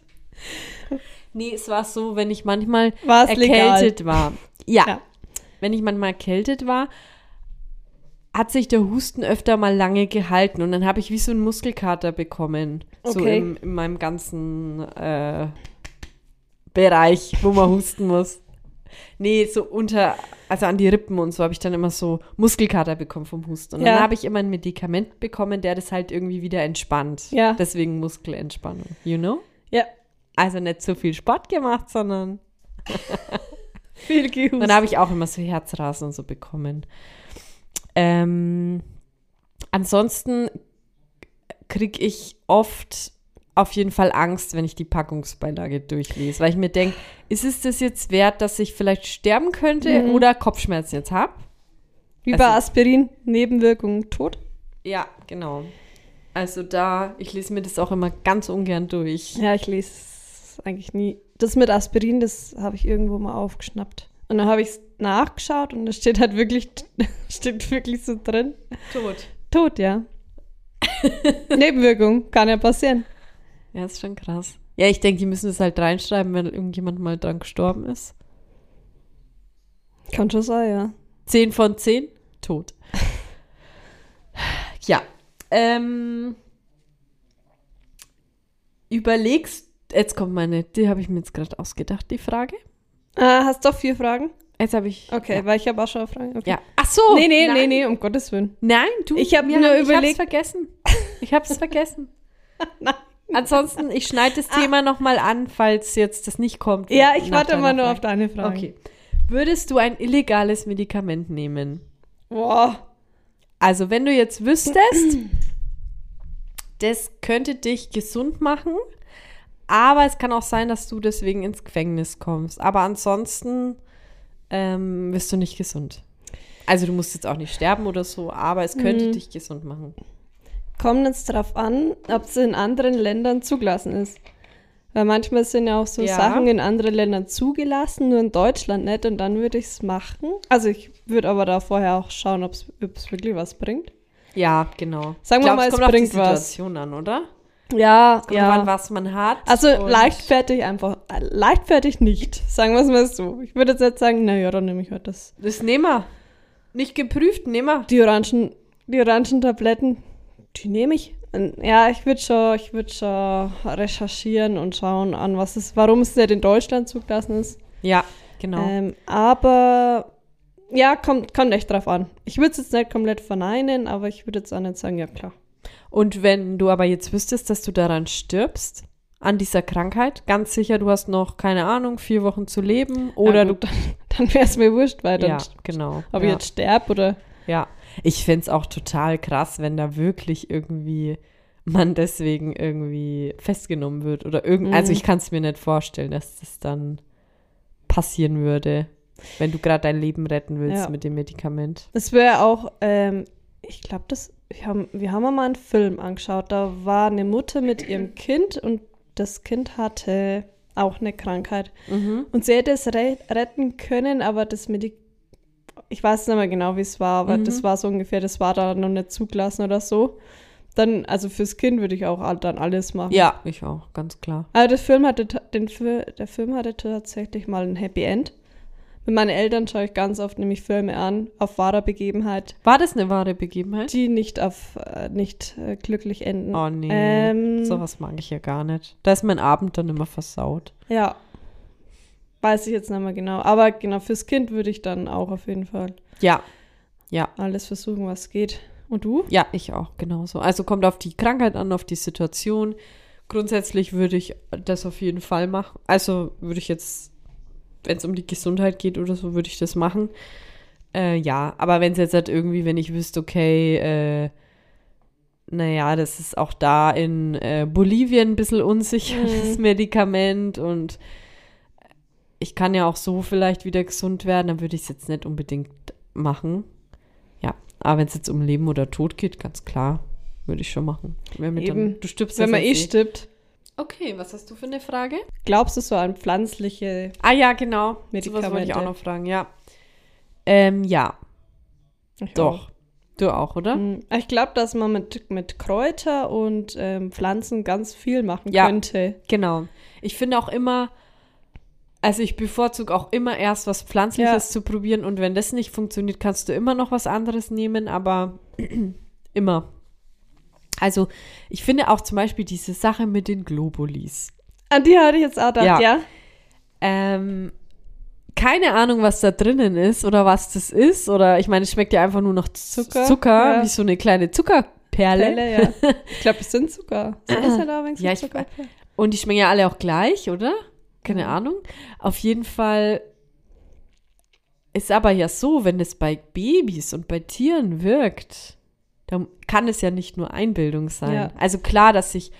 D: Nee, es war so, wenn ich manchmal
C: War es legal?
D: erkältet war. Ja,
C: Ja.
D: wenn ich manchmal erkältet war, hat sich der Husten öfter mal lange gehalten und dann habe ich wie so einen Muskelkater bekommen. So
C: Okay.
D: im, in meinem ganzen äh, Bereich, wo man husten muss. Nee, so unter, also an die Rippen und so habe ich dann immer so Muskelkater bekommen vom Husten. Und
C: Ja.
D: dann habe ich immer ein Medikament bekommen, der das halt irgendwie wieder entspannt.
C: Ja.
D: Deswegen Muskelentspannung, you know?
C: Ja.
D: Also nicht so viel Sport gemacht, sondern
C: Viel gehustet.
D: dann habe ich auch immer so Herzrasen und so bekommen. Ähm, ansonsten kriege ich oft auf jeden Fall Angst, wenn ich die Packungsbeilage durchlese, weil ich mir denke, ist es das jetzt wert, dass ich vielleicht sterben könnte
C: Mhm.
D: oder Kopfschmerzen jetzt habe?
C: Wie bei
D: Also-
C: Aspirin, Nebenwirkungen, tot.
D: Ja, genau. Also da, ich lese mir das auch immer ganz ungern durch.
C: Ja, ich lese es eigentlich nie. Das mit Aspirin, das habe ich irgendwo mal aufgeschnappt. Und dann habe ich es nachgeschaut und da steht halt wirklich, steht wirklich so drin.
D: Tot.
C: Tot, ja. Nebenwirkung, kann ja passieren.
D: Ja, ist schon krass. Ja, ich denke, die müssen das halt reinschreiben, wenn irgendjemand mal dran gestorben ist.
C: Kann schon sein, ja.
D: 10 von 10, tot. ja. Ähm, überlegst, jetzt kommt meine, die habe ich mir jetzt gerade ausgedacht, die Frage.
C: Ah, hast doch vier Fragen?
D: Jetzt habe ich.
C: Okay,
D: Ja.
C: weil ich habe auch schon Fragen. Okay.
D: ja. Ach so.
C: nee, nee,
D: nein,
C: nee, nee, um Gottes Willen.
D: Nein, du.
C: Ich habe
D: mir-
C: nur
D: Ich
C: überlegt-
D: habe es vergessen. Ich habe es vergessen.
C: Nein. Ah.
D: Ansonsten, ich schneide das Thema nochmal an, falls jetzt das nicht kommt.
C: Ja, ich
D: nach
C: warte mal
D: deiner
C: nur
D: Frage.
C: auf deine Frage.
D: Okay. Würdest du ein illegales Medikament nehmen?
C: Boah.
D: Also, wenn du jetzt wüsstest, das könnte dich gesund machen, aber es kann auch sein, dass du deswegen ins Gefängnis kommst. Aber ansonsten ähm, wirst du nicht gesund. Also, du musst jetzt auch nicht sterben oder so, aber es
C: Mhm.
D: könnte dich gesund machen.
C: Kommt jetzt drauf an, ob es in anderen Ländern zugelassen ist. Weil manchmal sind ja auch so
D: Ja.
C: Sachen in anderen Ländern zugelassen, nur in Deutschland nicht. Und dann würde ich es machen. Also ich würde aber da vorher auch schauen, ob es wirklich was bringt.
D: Ja, genau.
C: Sagen wir
D: es
C: mal, es
D: kommt auf die
C: bringt was.
D: Situation an, oder?
C: Ja,
D: Kommt drauf an, was man hat.
C: Also
D: und-
C: leichtfertig einfach. äh, Leichtfertig nicht. Sagen wir es mal so. Ich würde jetzt nicht sagen, naja, dann nehme ich halt das.
D: Das nehmen wir. Nicht geprüft, nehmen wir.
C: Die orangen, die orangen Tabletten, die nehme ich. Ähm, Ja, ich würde schon, ich würde schon recherchieren und schauen an, was es, warum es nicht in Deutschland zugelassen ist.
D: Ja, genau.
C: Ähm, aber ja, kommt, kommt echt drauf an. Ich würde es jetzt nicht komplett verneinen, aber ich würde jetzt auch nicht sagen, ja klar.
D: Und wenn du aber jetzt wüsstest, dass du daran stirbst, an dieser Krankheit, ganz sicher, du hast noch, keine Ahnung, vier Wochen zu leben oder
C: ja,
D: du.
C: gut, dann, dann wäre es mir wurscht, weil dann,
D: ja, genau.
C: ob
D: ja,
C: ich jetzt sterbe oder
D: ja. Ich fände es auch total krass, wenn da wirklich irgendwie man deswegen irgendwie festgenommen wird oder irgend. Also ich kann es mir nicht vorstellen, dass das dann passieren würde, wenn du gerade dein Leben retten willst
C: Ja.
D: mit dem Medikament.
C: Es wäre auch, ähm, ich glaube, das, wir haben, wir haben mal einen Film angeschaut. Da war eine Mutter mit ihrem Kind und das Kind hatte auch eine Krankheit. Und sie hätte es re retten können, aber das Medik ich weiß nicht mehr genau, wie es war, aber das war so ungefähr, das war da noch nicht zugelassen oder so. Dann, also fürs Kind würde ich auch all- dann alles machen.
D: Ja, ich auch, ganz klar.
C: Also das Film hatte, ta- den, Fi- der Film hatte tatsächlich mal ein Happy End. Mit meinen Eltern schaue ich ganz oft nämlich Filme an, auf wahrer Begebenheit
D: War das eine wahre Begebenheit?
C: die nicht auf äh, nicht äh, glücklich enden.
D: Oh nee,
C: Ähm,
D: sowas mag ich ja gar nicht. Da ist mein Abend dann immer versaut.
C: Ja. Weiß ich jetzt nicht mehr genau. Aber genau, fürs Kind würde ich dann auch auf jeden Fall
D: Ja, ja,
C: alles versuchen, was geht. Und du?
D: ja, ich auch, genauso. Also kommt auf die Krankheit an, auf die Situation. Grundsätzlich würde ich das auf jeden Fall machen. Also würde ich jetzt wenn es um die Gesundheit geht oder so, würde ich das machen. Äh, ja, aber wenn es jetzt halt irgendwie, wenn ich wüsste, okay, äh, naja, das ist auch da in äh, Bolivien ein bisschen unsicher, das Medikament und ich kann ja auch so vielleicht wieder gesund werden, dann würde ich es jetzt nicht unbedingt machen. Ja, aber wenn es jetzt um Leben oder Tod geht, ganz klar, würde ich schon machen. Wenn mir
C: Eben.
D: Dann, du stirbst ja
C: Wenn man eh
D: sonst
C: stirbt.
D: Okay, was hast du für eine Frage?
C: Glaubst du so an pflanzliche
D: Ah ja, genau. Medikamente.
C: Medikamente.
D: Das wollte ich auch noch fragen, ja. Ähm, ja,
C: Ich
D: doch. Du auch, oder?
C: Mm, Ich glaube, dass man mit, mit Kräuter und ähm, Pflanzen ganz viel machen
D: Ja.
C: könnte.
D: Genau. Ich finde auch immer, also ich bevorzuge auch immer erst was Pflanzliches
C: Ja.
D: zu probieren und wenn das nicht funktioniert, kannst du immer noch was anderes nehmen, aber immer. Also ich finde auch zum Beispiel diese Sache mit den Globulis.
C: An die hatte ich jetzt auch gedacht, ja.
D: Ähm, keine Ahnung, was da drinnen ist oder was das ist. Oder ich meine, es schmeckt ja einfach nur nach Z-
C: Zucker,
D: Zucker
C: ja.
D: wie so eine kleine Zuckerperle.
C: Pelle, ja. Ich glaube, das sind Zucker. Sind das ja da wenigstens
D: Ja, ich-
C: Zucker?
D: Und die schmecken ja alle auch gleich, oder?
C: Mhm.
D: Keine Ahnung. Auf jeden Fall ist aber ja so, wenn es bei Babys und bei Tieren wirkt, dann kann es ja nicht nur Einbildung sein.
C: Ja.
D: Also klar, dass sich,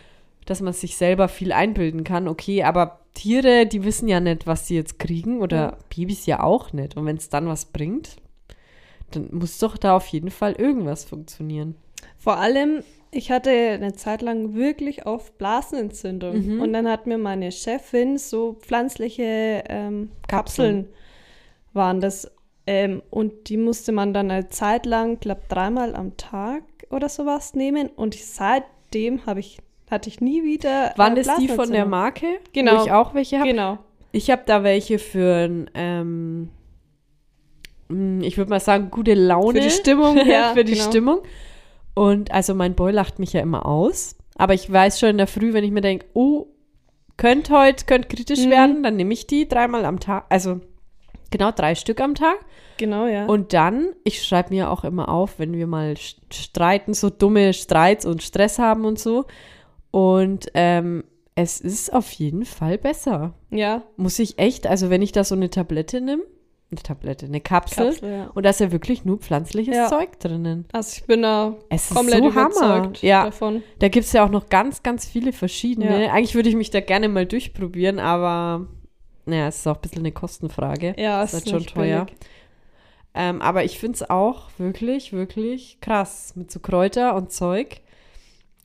D: dass man sich selber viel einbilden kann, okay, aber Tiere, die wissen ja nicht, was sie jetzt kriegen oder
C: Ja.
D: Babys ja auch nicht. Und wenn es dann was bringt, dann muss doch da auf jeden Fall irgendwas funktionieren.
C: Vor allem, ich hatte eine Zeit lang wirklich oft Blasenentzündung.
D: Mhm.
C: Und dann hat mir meine Chefin so pflanzliche ähm, Kapseln, waren das. Ähm, und die musste man dann eine Zeit lang, glaube dreimal am Tag oder sowas nehmen. Und ich, seitdem habe ich, hatte ich nie wieder.
D: Wann
C: äh,
D: ist die von der
C: Blasenentzündung.
D: Marke?
C: Genau.
D: Wo ich auch welche habe?
C: Genau.
D: Ich habe da welche für ein, ähm, mm, ich würde mal sagen, gute Laune.
C: Für die Stimmung, ja,
D: für die
C: genau.
D: Stimmung. Und also mein Boy lacht mich ja immer aus. Aber ich weiß schon in der Früh, wenn ich mir denke, oh, könnt heute, könnt kritisch
C: Mhm.
D: werden, dann nehme ich die dreimal am Tag. Also genau drei Stück am Tag.
C: Genau, ja.
D: Und dann, ich schreibe mir auch immer auf, wenn wir mal st- streiten, so dumme Streits und Stress haben und so. Und ähm, es ist auf jeden Fall besser.
C: ja,
D: Muss ich echt, also wenn ich da so eine Tablette nehme, eine Tablette, eine Kapsel,
C: Kapsel, ja.
D: und da ist ja wirklich nur pflanzliches
C: Ja.
D: Zeug drinnen.
C: Also ich bin da
D: Es ist
C: komplett
D: so Hammer.
C: überzeugt
D: Ja,
C: davon.
D: da gibt es ja auch noch ganz, ganz viele verschiedene. Eigentlich würde ich mich da gerne mal durchprobieren, aber naja, es ist auch ein bisschen eine Kostenfrage.
C: Ja,
D: ist
C: es
D: halt
C: ist
D: schon
C: nicht
D: teuer.
C: billig.
D: Ähm, aber ich finde es auch wirklich, wirklich krass mit so Kräuter und Zeug.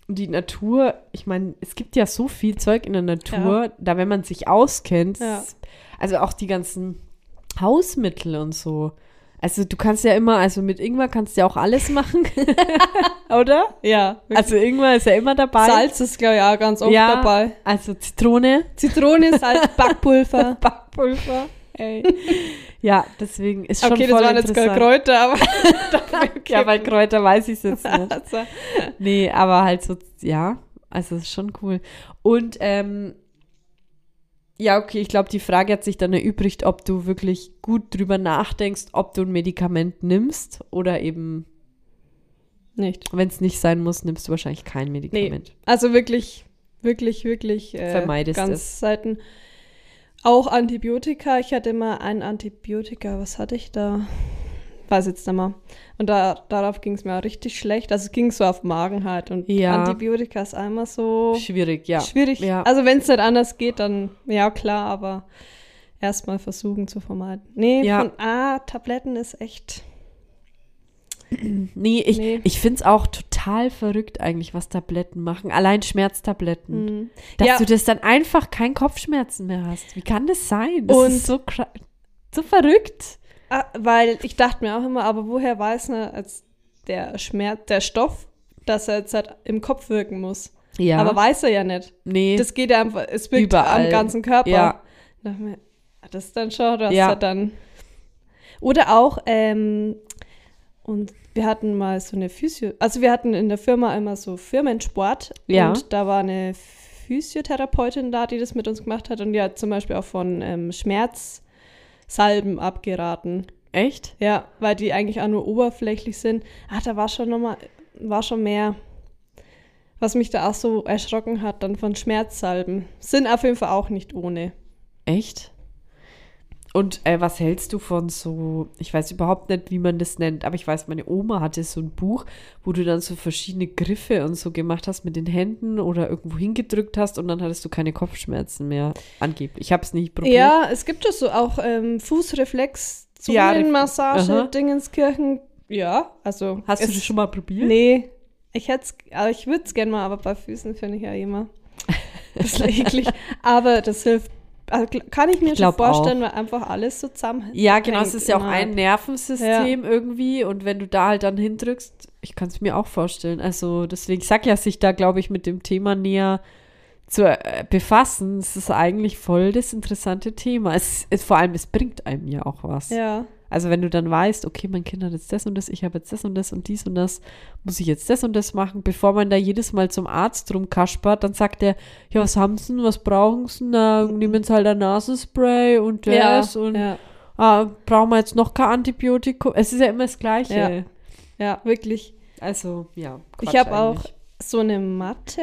D: Und die Natur, ich meine, es gibt ja so viel Zeug in der Natur, da wenn man sich auskennt,
C: Ja.
D: also auch die ganzen Hausmittel und so. Also du kannst ja immer, also mit Ingwer kannst du ja auch alles machen, oder?
C: Ja, wirklich.
D: Also Ingwer ist ja immer dabei.
C: Salz ist, glaube ich, auch ganz oft
D: ja,
C: dabei.
D: Also Zitrone,
C: Zitrone, Salz, Backpulver.
D: Backpulver. Ey. ja, deswegen ist schon
C: okay, das
D: voll
C: waren jetzt keine
D: interessant.
C: Kräuter, aber
D: Ja, bei Kräuter weiß ich es jetzt nicht.
C: also,
D: Nee, aber halt so, ja, also es ist schon cool. Und ähm, ja, okay, ich glaube, die Frage hat sich dann erübrigt, ob du wirklich gut drüber nachdenkst, ob du ein Medikament nimmst oder eben,
C: nicht.
D: wenn es nicht sein muss, nimmst du wahrscheinlich kein Medikament.
C: Also wirklich, wirklich, wirklich äh,
D: Vermeidest
C: ganz
D: es.
C: Seiten. Auch Antibiotika. Ich hatte mal ein Antibiotika. Was hatte ich da? Weiß jetzt nicht mehr. Und da, darauf ging es mir auch richtig schlecht. Also es ging so auf den Magen halt. Und
D: Ja.
C: Antibiotika ist einmal so
D: Schwierig, ja.
C: schwierig.
D: Ja.
C: Also wenn es nicht anders geht, dann ja klar, aber erstmal versuchen zu vermeiden. Nee,
D: Ja.
C: von ah, Tabletten ist echt.
D: nee, ich,
C: nee.
D: ich finde es auch total verrückt eigentlich, was Tabletten machen. Allein Schmerztabletten.
C: Mhm.
D: Dass
C: Ja.
D: du das dann einfach kein Kopfschmerzen mehr hast. Wie kann das sein? Das
C: Und-
D: ist so, kra- so verrückt.
C: Ah, weil ich dachte mir auch immer, aber woher weiß ne, als der Schmerz, der Stoff, dass er jetzt halt im Kopf wirken muss.
D: Ja,
C: Aber weiß er ja nicht.
D: nee.
C: Das geht ja einfach, es wirkt
D: Überall.
C: am ganzen Körper.
D: Ja.
C: Da dachte ich mir, ah, Das ist dann schon, das
D: Ja.
C: ja. dann. Oder auch, ähm, und wir hatten mal so eine Physio, also wir hatten in der Firma immer so Firmensport
D: Ja.
C: und da war eine Physiotherapeutin da, die das mit uns gemacht hat und die hat zum Beispiel auch von ähm, Schmerzsalben abgeraten.
D: Echt?
C: Ja, weil die eigentlich auch nur oberflächlich sind. Ah, da war schon nochmal, war schon mehr. Was mich da auch so erschrocken hat, dann von Schmerzsalben. Sind auf jeden Fall auch nicht ohne.
D: Echt? Und äh, was hältst du von so, ich weiß überhaupt nicht, wie man das nennt, aber ich weiß, meine Oma hatte so ein Buch, wo du dann so verschiedene Griffe und so gemacht hast mit den Händen oder irgendwo hingedrückt hast und dann hattest du keine Kopfschmerzen mehr. Angeblich. Ich habe es nicht probiert.
C: Ja, es gibt ja so auch ähm, Fußreflex,
D: Ja, Ref-
C: Zungenmassage,
D: Aha.
C: Dingenskirchen. Ja, also.
D: Hast du
C: es-
D: das schon mal probiert?
C: Nee, ich hätte aber ich würde es gerne mal, aber bei Füßen finde ich ja immer ein bisschen eklig. Aber das hilft. Also gl- kann ich mir schon
D: glaub
C: vorstellen, weil einfach alles so zusammen.
D: Ja, genau, es
C: hängt
D: ist ja auch
C: immer.
D: ein Nervensystem irgendwie und wenn du da halt dann hindrückst, ich kann es mir auch vorstellen. Also deswegen ich sag ja, sich da glaube ich mit dem Thema näher zu äh, befassen, es ist eigentlich voll das interessante Thema. Es, es vor allem es bringt einem ja auch was.
C: Ja.
D: Also wenn du dann weißt, okay, mein Kind hat jetzt das und das, ich habe jetzt das und das und dies und das, muss ich jetzt das und das machen, bevor man da jedes Mal zum Arzt rumkaspert, dann sagt der, ja, was haben sie denn, was brauchen sie denn, Na, nehmen sie halt ein Nasenspray und das
C: ja,
D: und
C: ja,
D: ah, brauchen wir jetzt noch kein Antibiotikum? Es ist ja immer das Gleiche.
C: ja, wirklich.
D: Also, ja. Quatsch
C: Ich habe auch
D: eigentlich.
C: so eine Matte.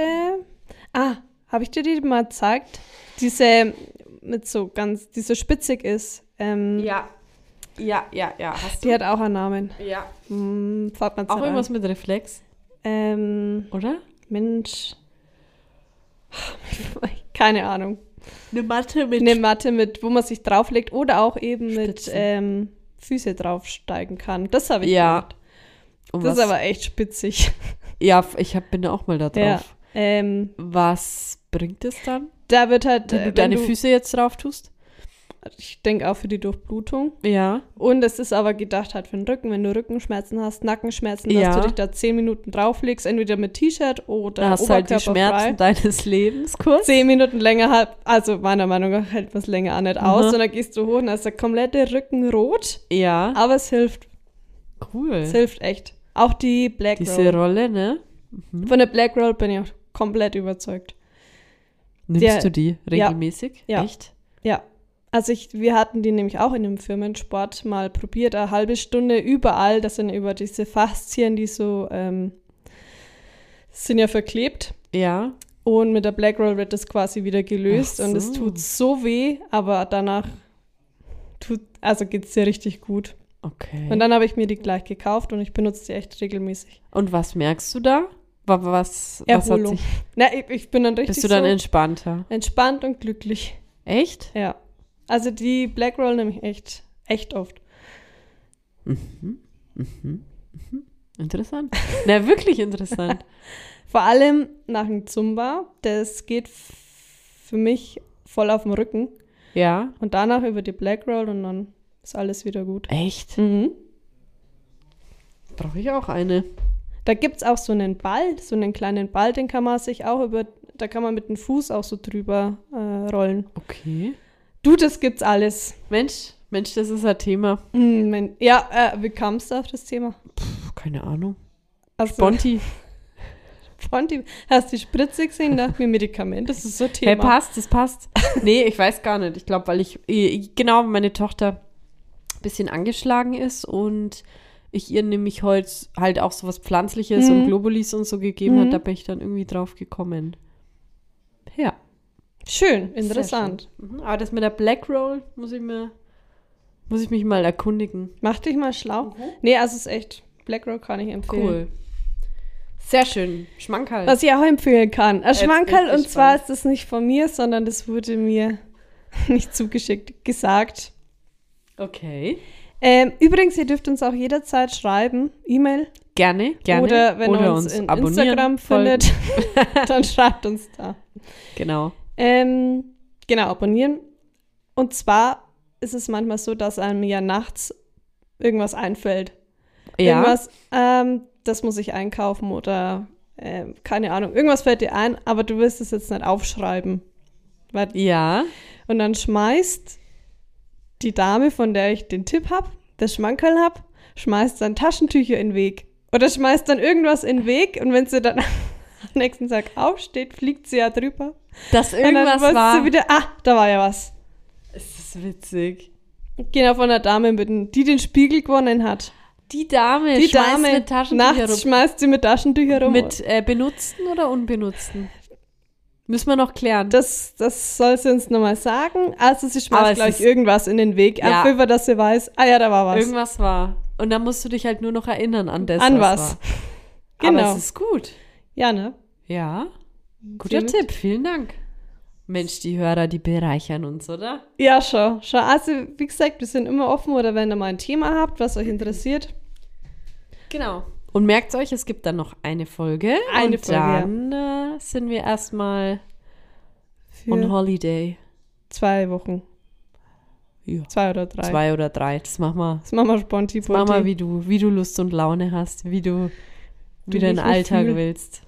C: Ah, habe ich dir die mal gezeigt? Diese mit so ganz, die so spitzig ist. Ähm,
D: Ja. Ja, ja, ja. Hast
C: Die
D: du?
C: hat auch einen Namen.
D: ja.
C: Hm, fällt mir jetzt
D: Auch
C: nicht
D: irgendwas
C: ein.
D: mit Reflex,
C: Ähm,
D: oder?
C: Mensch. Keine Ahnung.
D: Eine Matte mit.
C: Eine Matte mit, wo man sich drauflegt oder auch eben mit
D: Spitzen.
C: ähm, Füße draufsteigen kann. Das habe ich
D: ja.
C: gemacht.
D: Und
C: Das ist
D: was-
C: aber echt spitzig.
D: ja, f- ich hab, bin da auch mal da drauf.
C: Ja. Ähm,
D: Was bringt es dann,
C: da wird halt,
D: wenn
C: äh,
D: du deine Füße jetzt drauf tust?
C: ich denke auch für die Durchblutung.
D: Ja.
C: Und es ist aber gedacht halt für den Rücken, wenn du Rückenschmerzen hast, Nackenschmerzen, dass
D: Ja.
C: du dich da zehn Minuten drauflegst, entweder mit T-Shirt oder
D: Da hast du halt die
C: oberkörperfrei.
D: Schmerzen deines Lebens kurz.
C: zehn Minuten länger halt, also meiner Meinung nach hält man es länger auch nicht aus
D: Mhm.
C: und dann gehst du hoch und dann ist der komplette Rücken rot,
D: Ja.
C: aber es hilft, es
D: Cool.
C: hilft echt. Auch die Black
D: Diese
C: Roll.
D: Rolle, ne?
C: Von der Black Roll bin ich auch komplett überzeugt.
D: Nimmst
C: Der-
D: du die
C: Ja.
D: regelmäßig?
C: Ja.
D: Echt?
C: Ja. Also ich, wir hatten die nämlich auch in dem Firmensport mal probiert, eine halbe Stunde überall, das sind über diese Faszien, die so ähm, sind ja verklebt.
D: Ja.
C: Und mit der Black Roll wird das quasi wieder gelöst
D: Ach
C: und es
D: so.
C: tut so weh, aber danach tut, also geht's dir richtig gut.
D: Okay.
C: Und dann habe ich mir die gleich gekauft und ich benutze die echt regelmäßig.
D: Und was merkst du da? Wa- wa- Was, was hat
C: Erholung.
D: sich,
C: Na, ich, ich bin dann richtig
D: bist du dann
C: so
D: entspannter?
C: entspannt und glücklich.
D: Echt?
C: Ja. Also die Black Roll nehme ich echt, echt oft.
D: Mhm, Interessant. Na, wirklich interessant.
C: Vor allem nach dem Zumba, das geht f- für mich voll auf dem Rücken.
D: Ja.
C: Und danach über die Black Roll und dann ist alles wieder gut.
D: Echt?
C: Mhm.
D: Brauche ich auch eine.
C: Da gibt es auch so einen Ball, so einen kleinen Ball, den kann man sich auch über, da kann man mit dem Fuß auch so drüber äh, rollen.
D: Okay.
C: Du, das gibt's alles.
D: Mensch, Mensch, das ist ein Thema.
C: Hm, mein, ja, äh, wie kamst du auf das Thema?
D: Puh, keine Ahnung.
C: Also,
D: Bonti.
C: Sponti, hast du die Spritze gesehen? Dachte mir, Medikament, das ist so ein Thema.
D: Hey, passt, das passt. Nee, ich weiß gar nicht. Ich glaube, weil ich, eh, genau, meine Tochter ein bisschen angeschlagen ist und ich ihr nämlich heute halt auch sowas Pflanzliches und
C: Mhm.
D: Globulis und so gegeben
C: Mhm.
D: hat, da bin ich dann irgendwie drauf gekommen. Ja.
C: Schön, interessant.
D: Sehr schön. Mhm. Aber das mit der Black Roll muss ich mir, muss ich mich mal erkundigen.
C: Mach dich mal schlau. Nee, also ist echt, Black Roll kann ich empfehlen.
D: Mhm. Cool. Sehr schön. Schmankerl.
C: Was ich auch empfehlen kann. Ein
D: Jetzt bin
C: Schmankerl,
D: ich
C: und zwar
D: gespannt.
C: ist das nicht von mir, sondern das wurde mir nicht zugeschickt, gesagt.
D: Okay.
C: Ähm, übrigens, ihr dürft uns auch jederzeit schreiben, E-Mail
D: Gerne, gerne.
C: oder wenn ihr uns, in
D: abonnieren,
C: Instagram
D: folgen.
C: findet, dann schreibt uns da.
D: Genau.
C: Ähm, genau, abonnieren. Und zwar ist es manchmal so, dass einem ja nachts irgendwas einfällt.
D: Ja.
C: Irgendwas, ähm, das muss ich einkaufen oder ähm, keine Ahnung. Irgendwas fällt dir ein, aber du willst es jetzt nicht aufschreiben. Weil
D: Ja.
C: und dann schmeißt die Dame, von der ich den Tipp habe, das Schmankerl habe, schmeißt dann Taschentücher in den Weg. Oder schmeißt dann irgendwas in den Weg und wenn sie dann am nächsten Tag aufsteht, fliegt sie ja drüber.
D: Dass
C: und dann
D: irgendwas
C: wusste
D: war.
C: sie wieder, ah, da war ja was.
D: Es ist witzig.
C: Genau von der Dame, mit dem- die den Spiegel gewonnen hat.
D: Die Dame,
C: Die
D: schmeißt
C: Dame,
D: mit Taschentücher
C: nachts schmeißt sie mit Taschentücher
D: rum.
C: rum.
D: Mit äh, benutzten oder unbenutzten? Müssen wir noch klären.
C: Das, das soll sie uns nochmal sagen. Also sie
D: Aber
C: schmeißt
D: es
C: gleich
D: ist-
C: irgendwas in den Weg,
D: Ja.
C: einfach, dass sie weiß, ah ja, da war was.
D: Irgendwas war. Und dann musst du dich halt nur noch erinnern an das.
C: An was.
D: was. War.
C: Genau.
D: Aber es ist gut.
C: ja, ne?
D: Ja. Guter
C: Somit-
D: Tipp. Vielen Dank. Mensch, die Hörer, die bereichern uns, oder?
C: Ja, schon. schon. Also, wie gesagt, wir sind immer offen oder wenn ihr mal ein Thema habt, was euch interessiert.
D: Genau. Und merkt euch, es gibt dann noch eine Folge.
C: Eine
D: und
C: Folge, ja.
D: dann äh, sind wir erstmal on
C: Für
D: Holiday.
C: zwei Wochen.
D: Ja.
C: Zwei oder drei.
D: Zwei oder drei. Das machen wir.
C: Das machen wir spontan.
D: Das machen wir, wie du, wie du Lust und Laune hast, wie du, wie
C: Du
D: deinen
C: dich
D: Alltag
C: wohlfühl-
D: willst.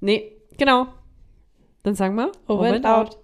D: Nee, genau. Dann sagen wir
C: Over and out.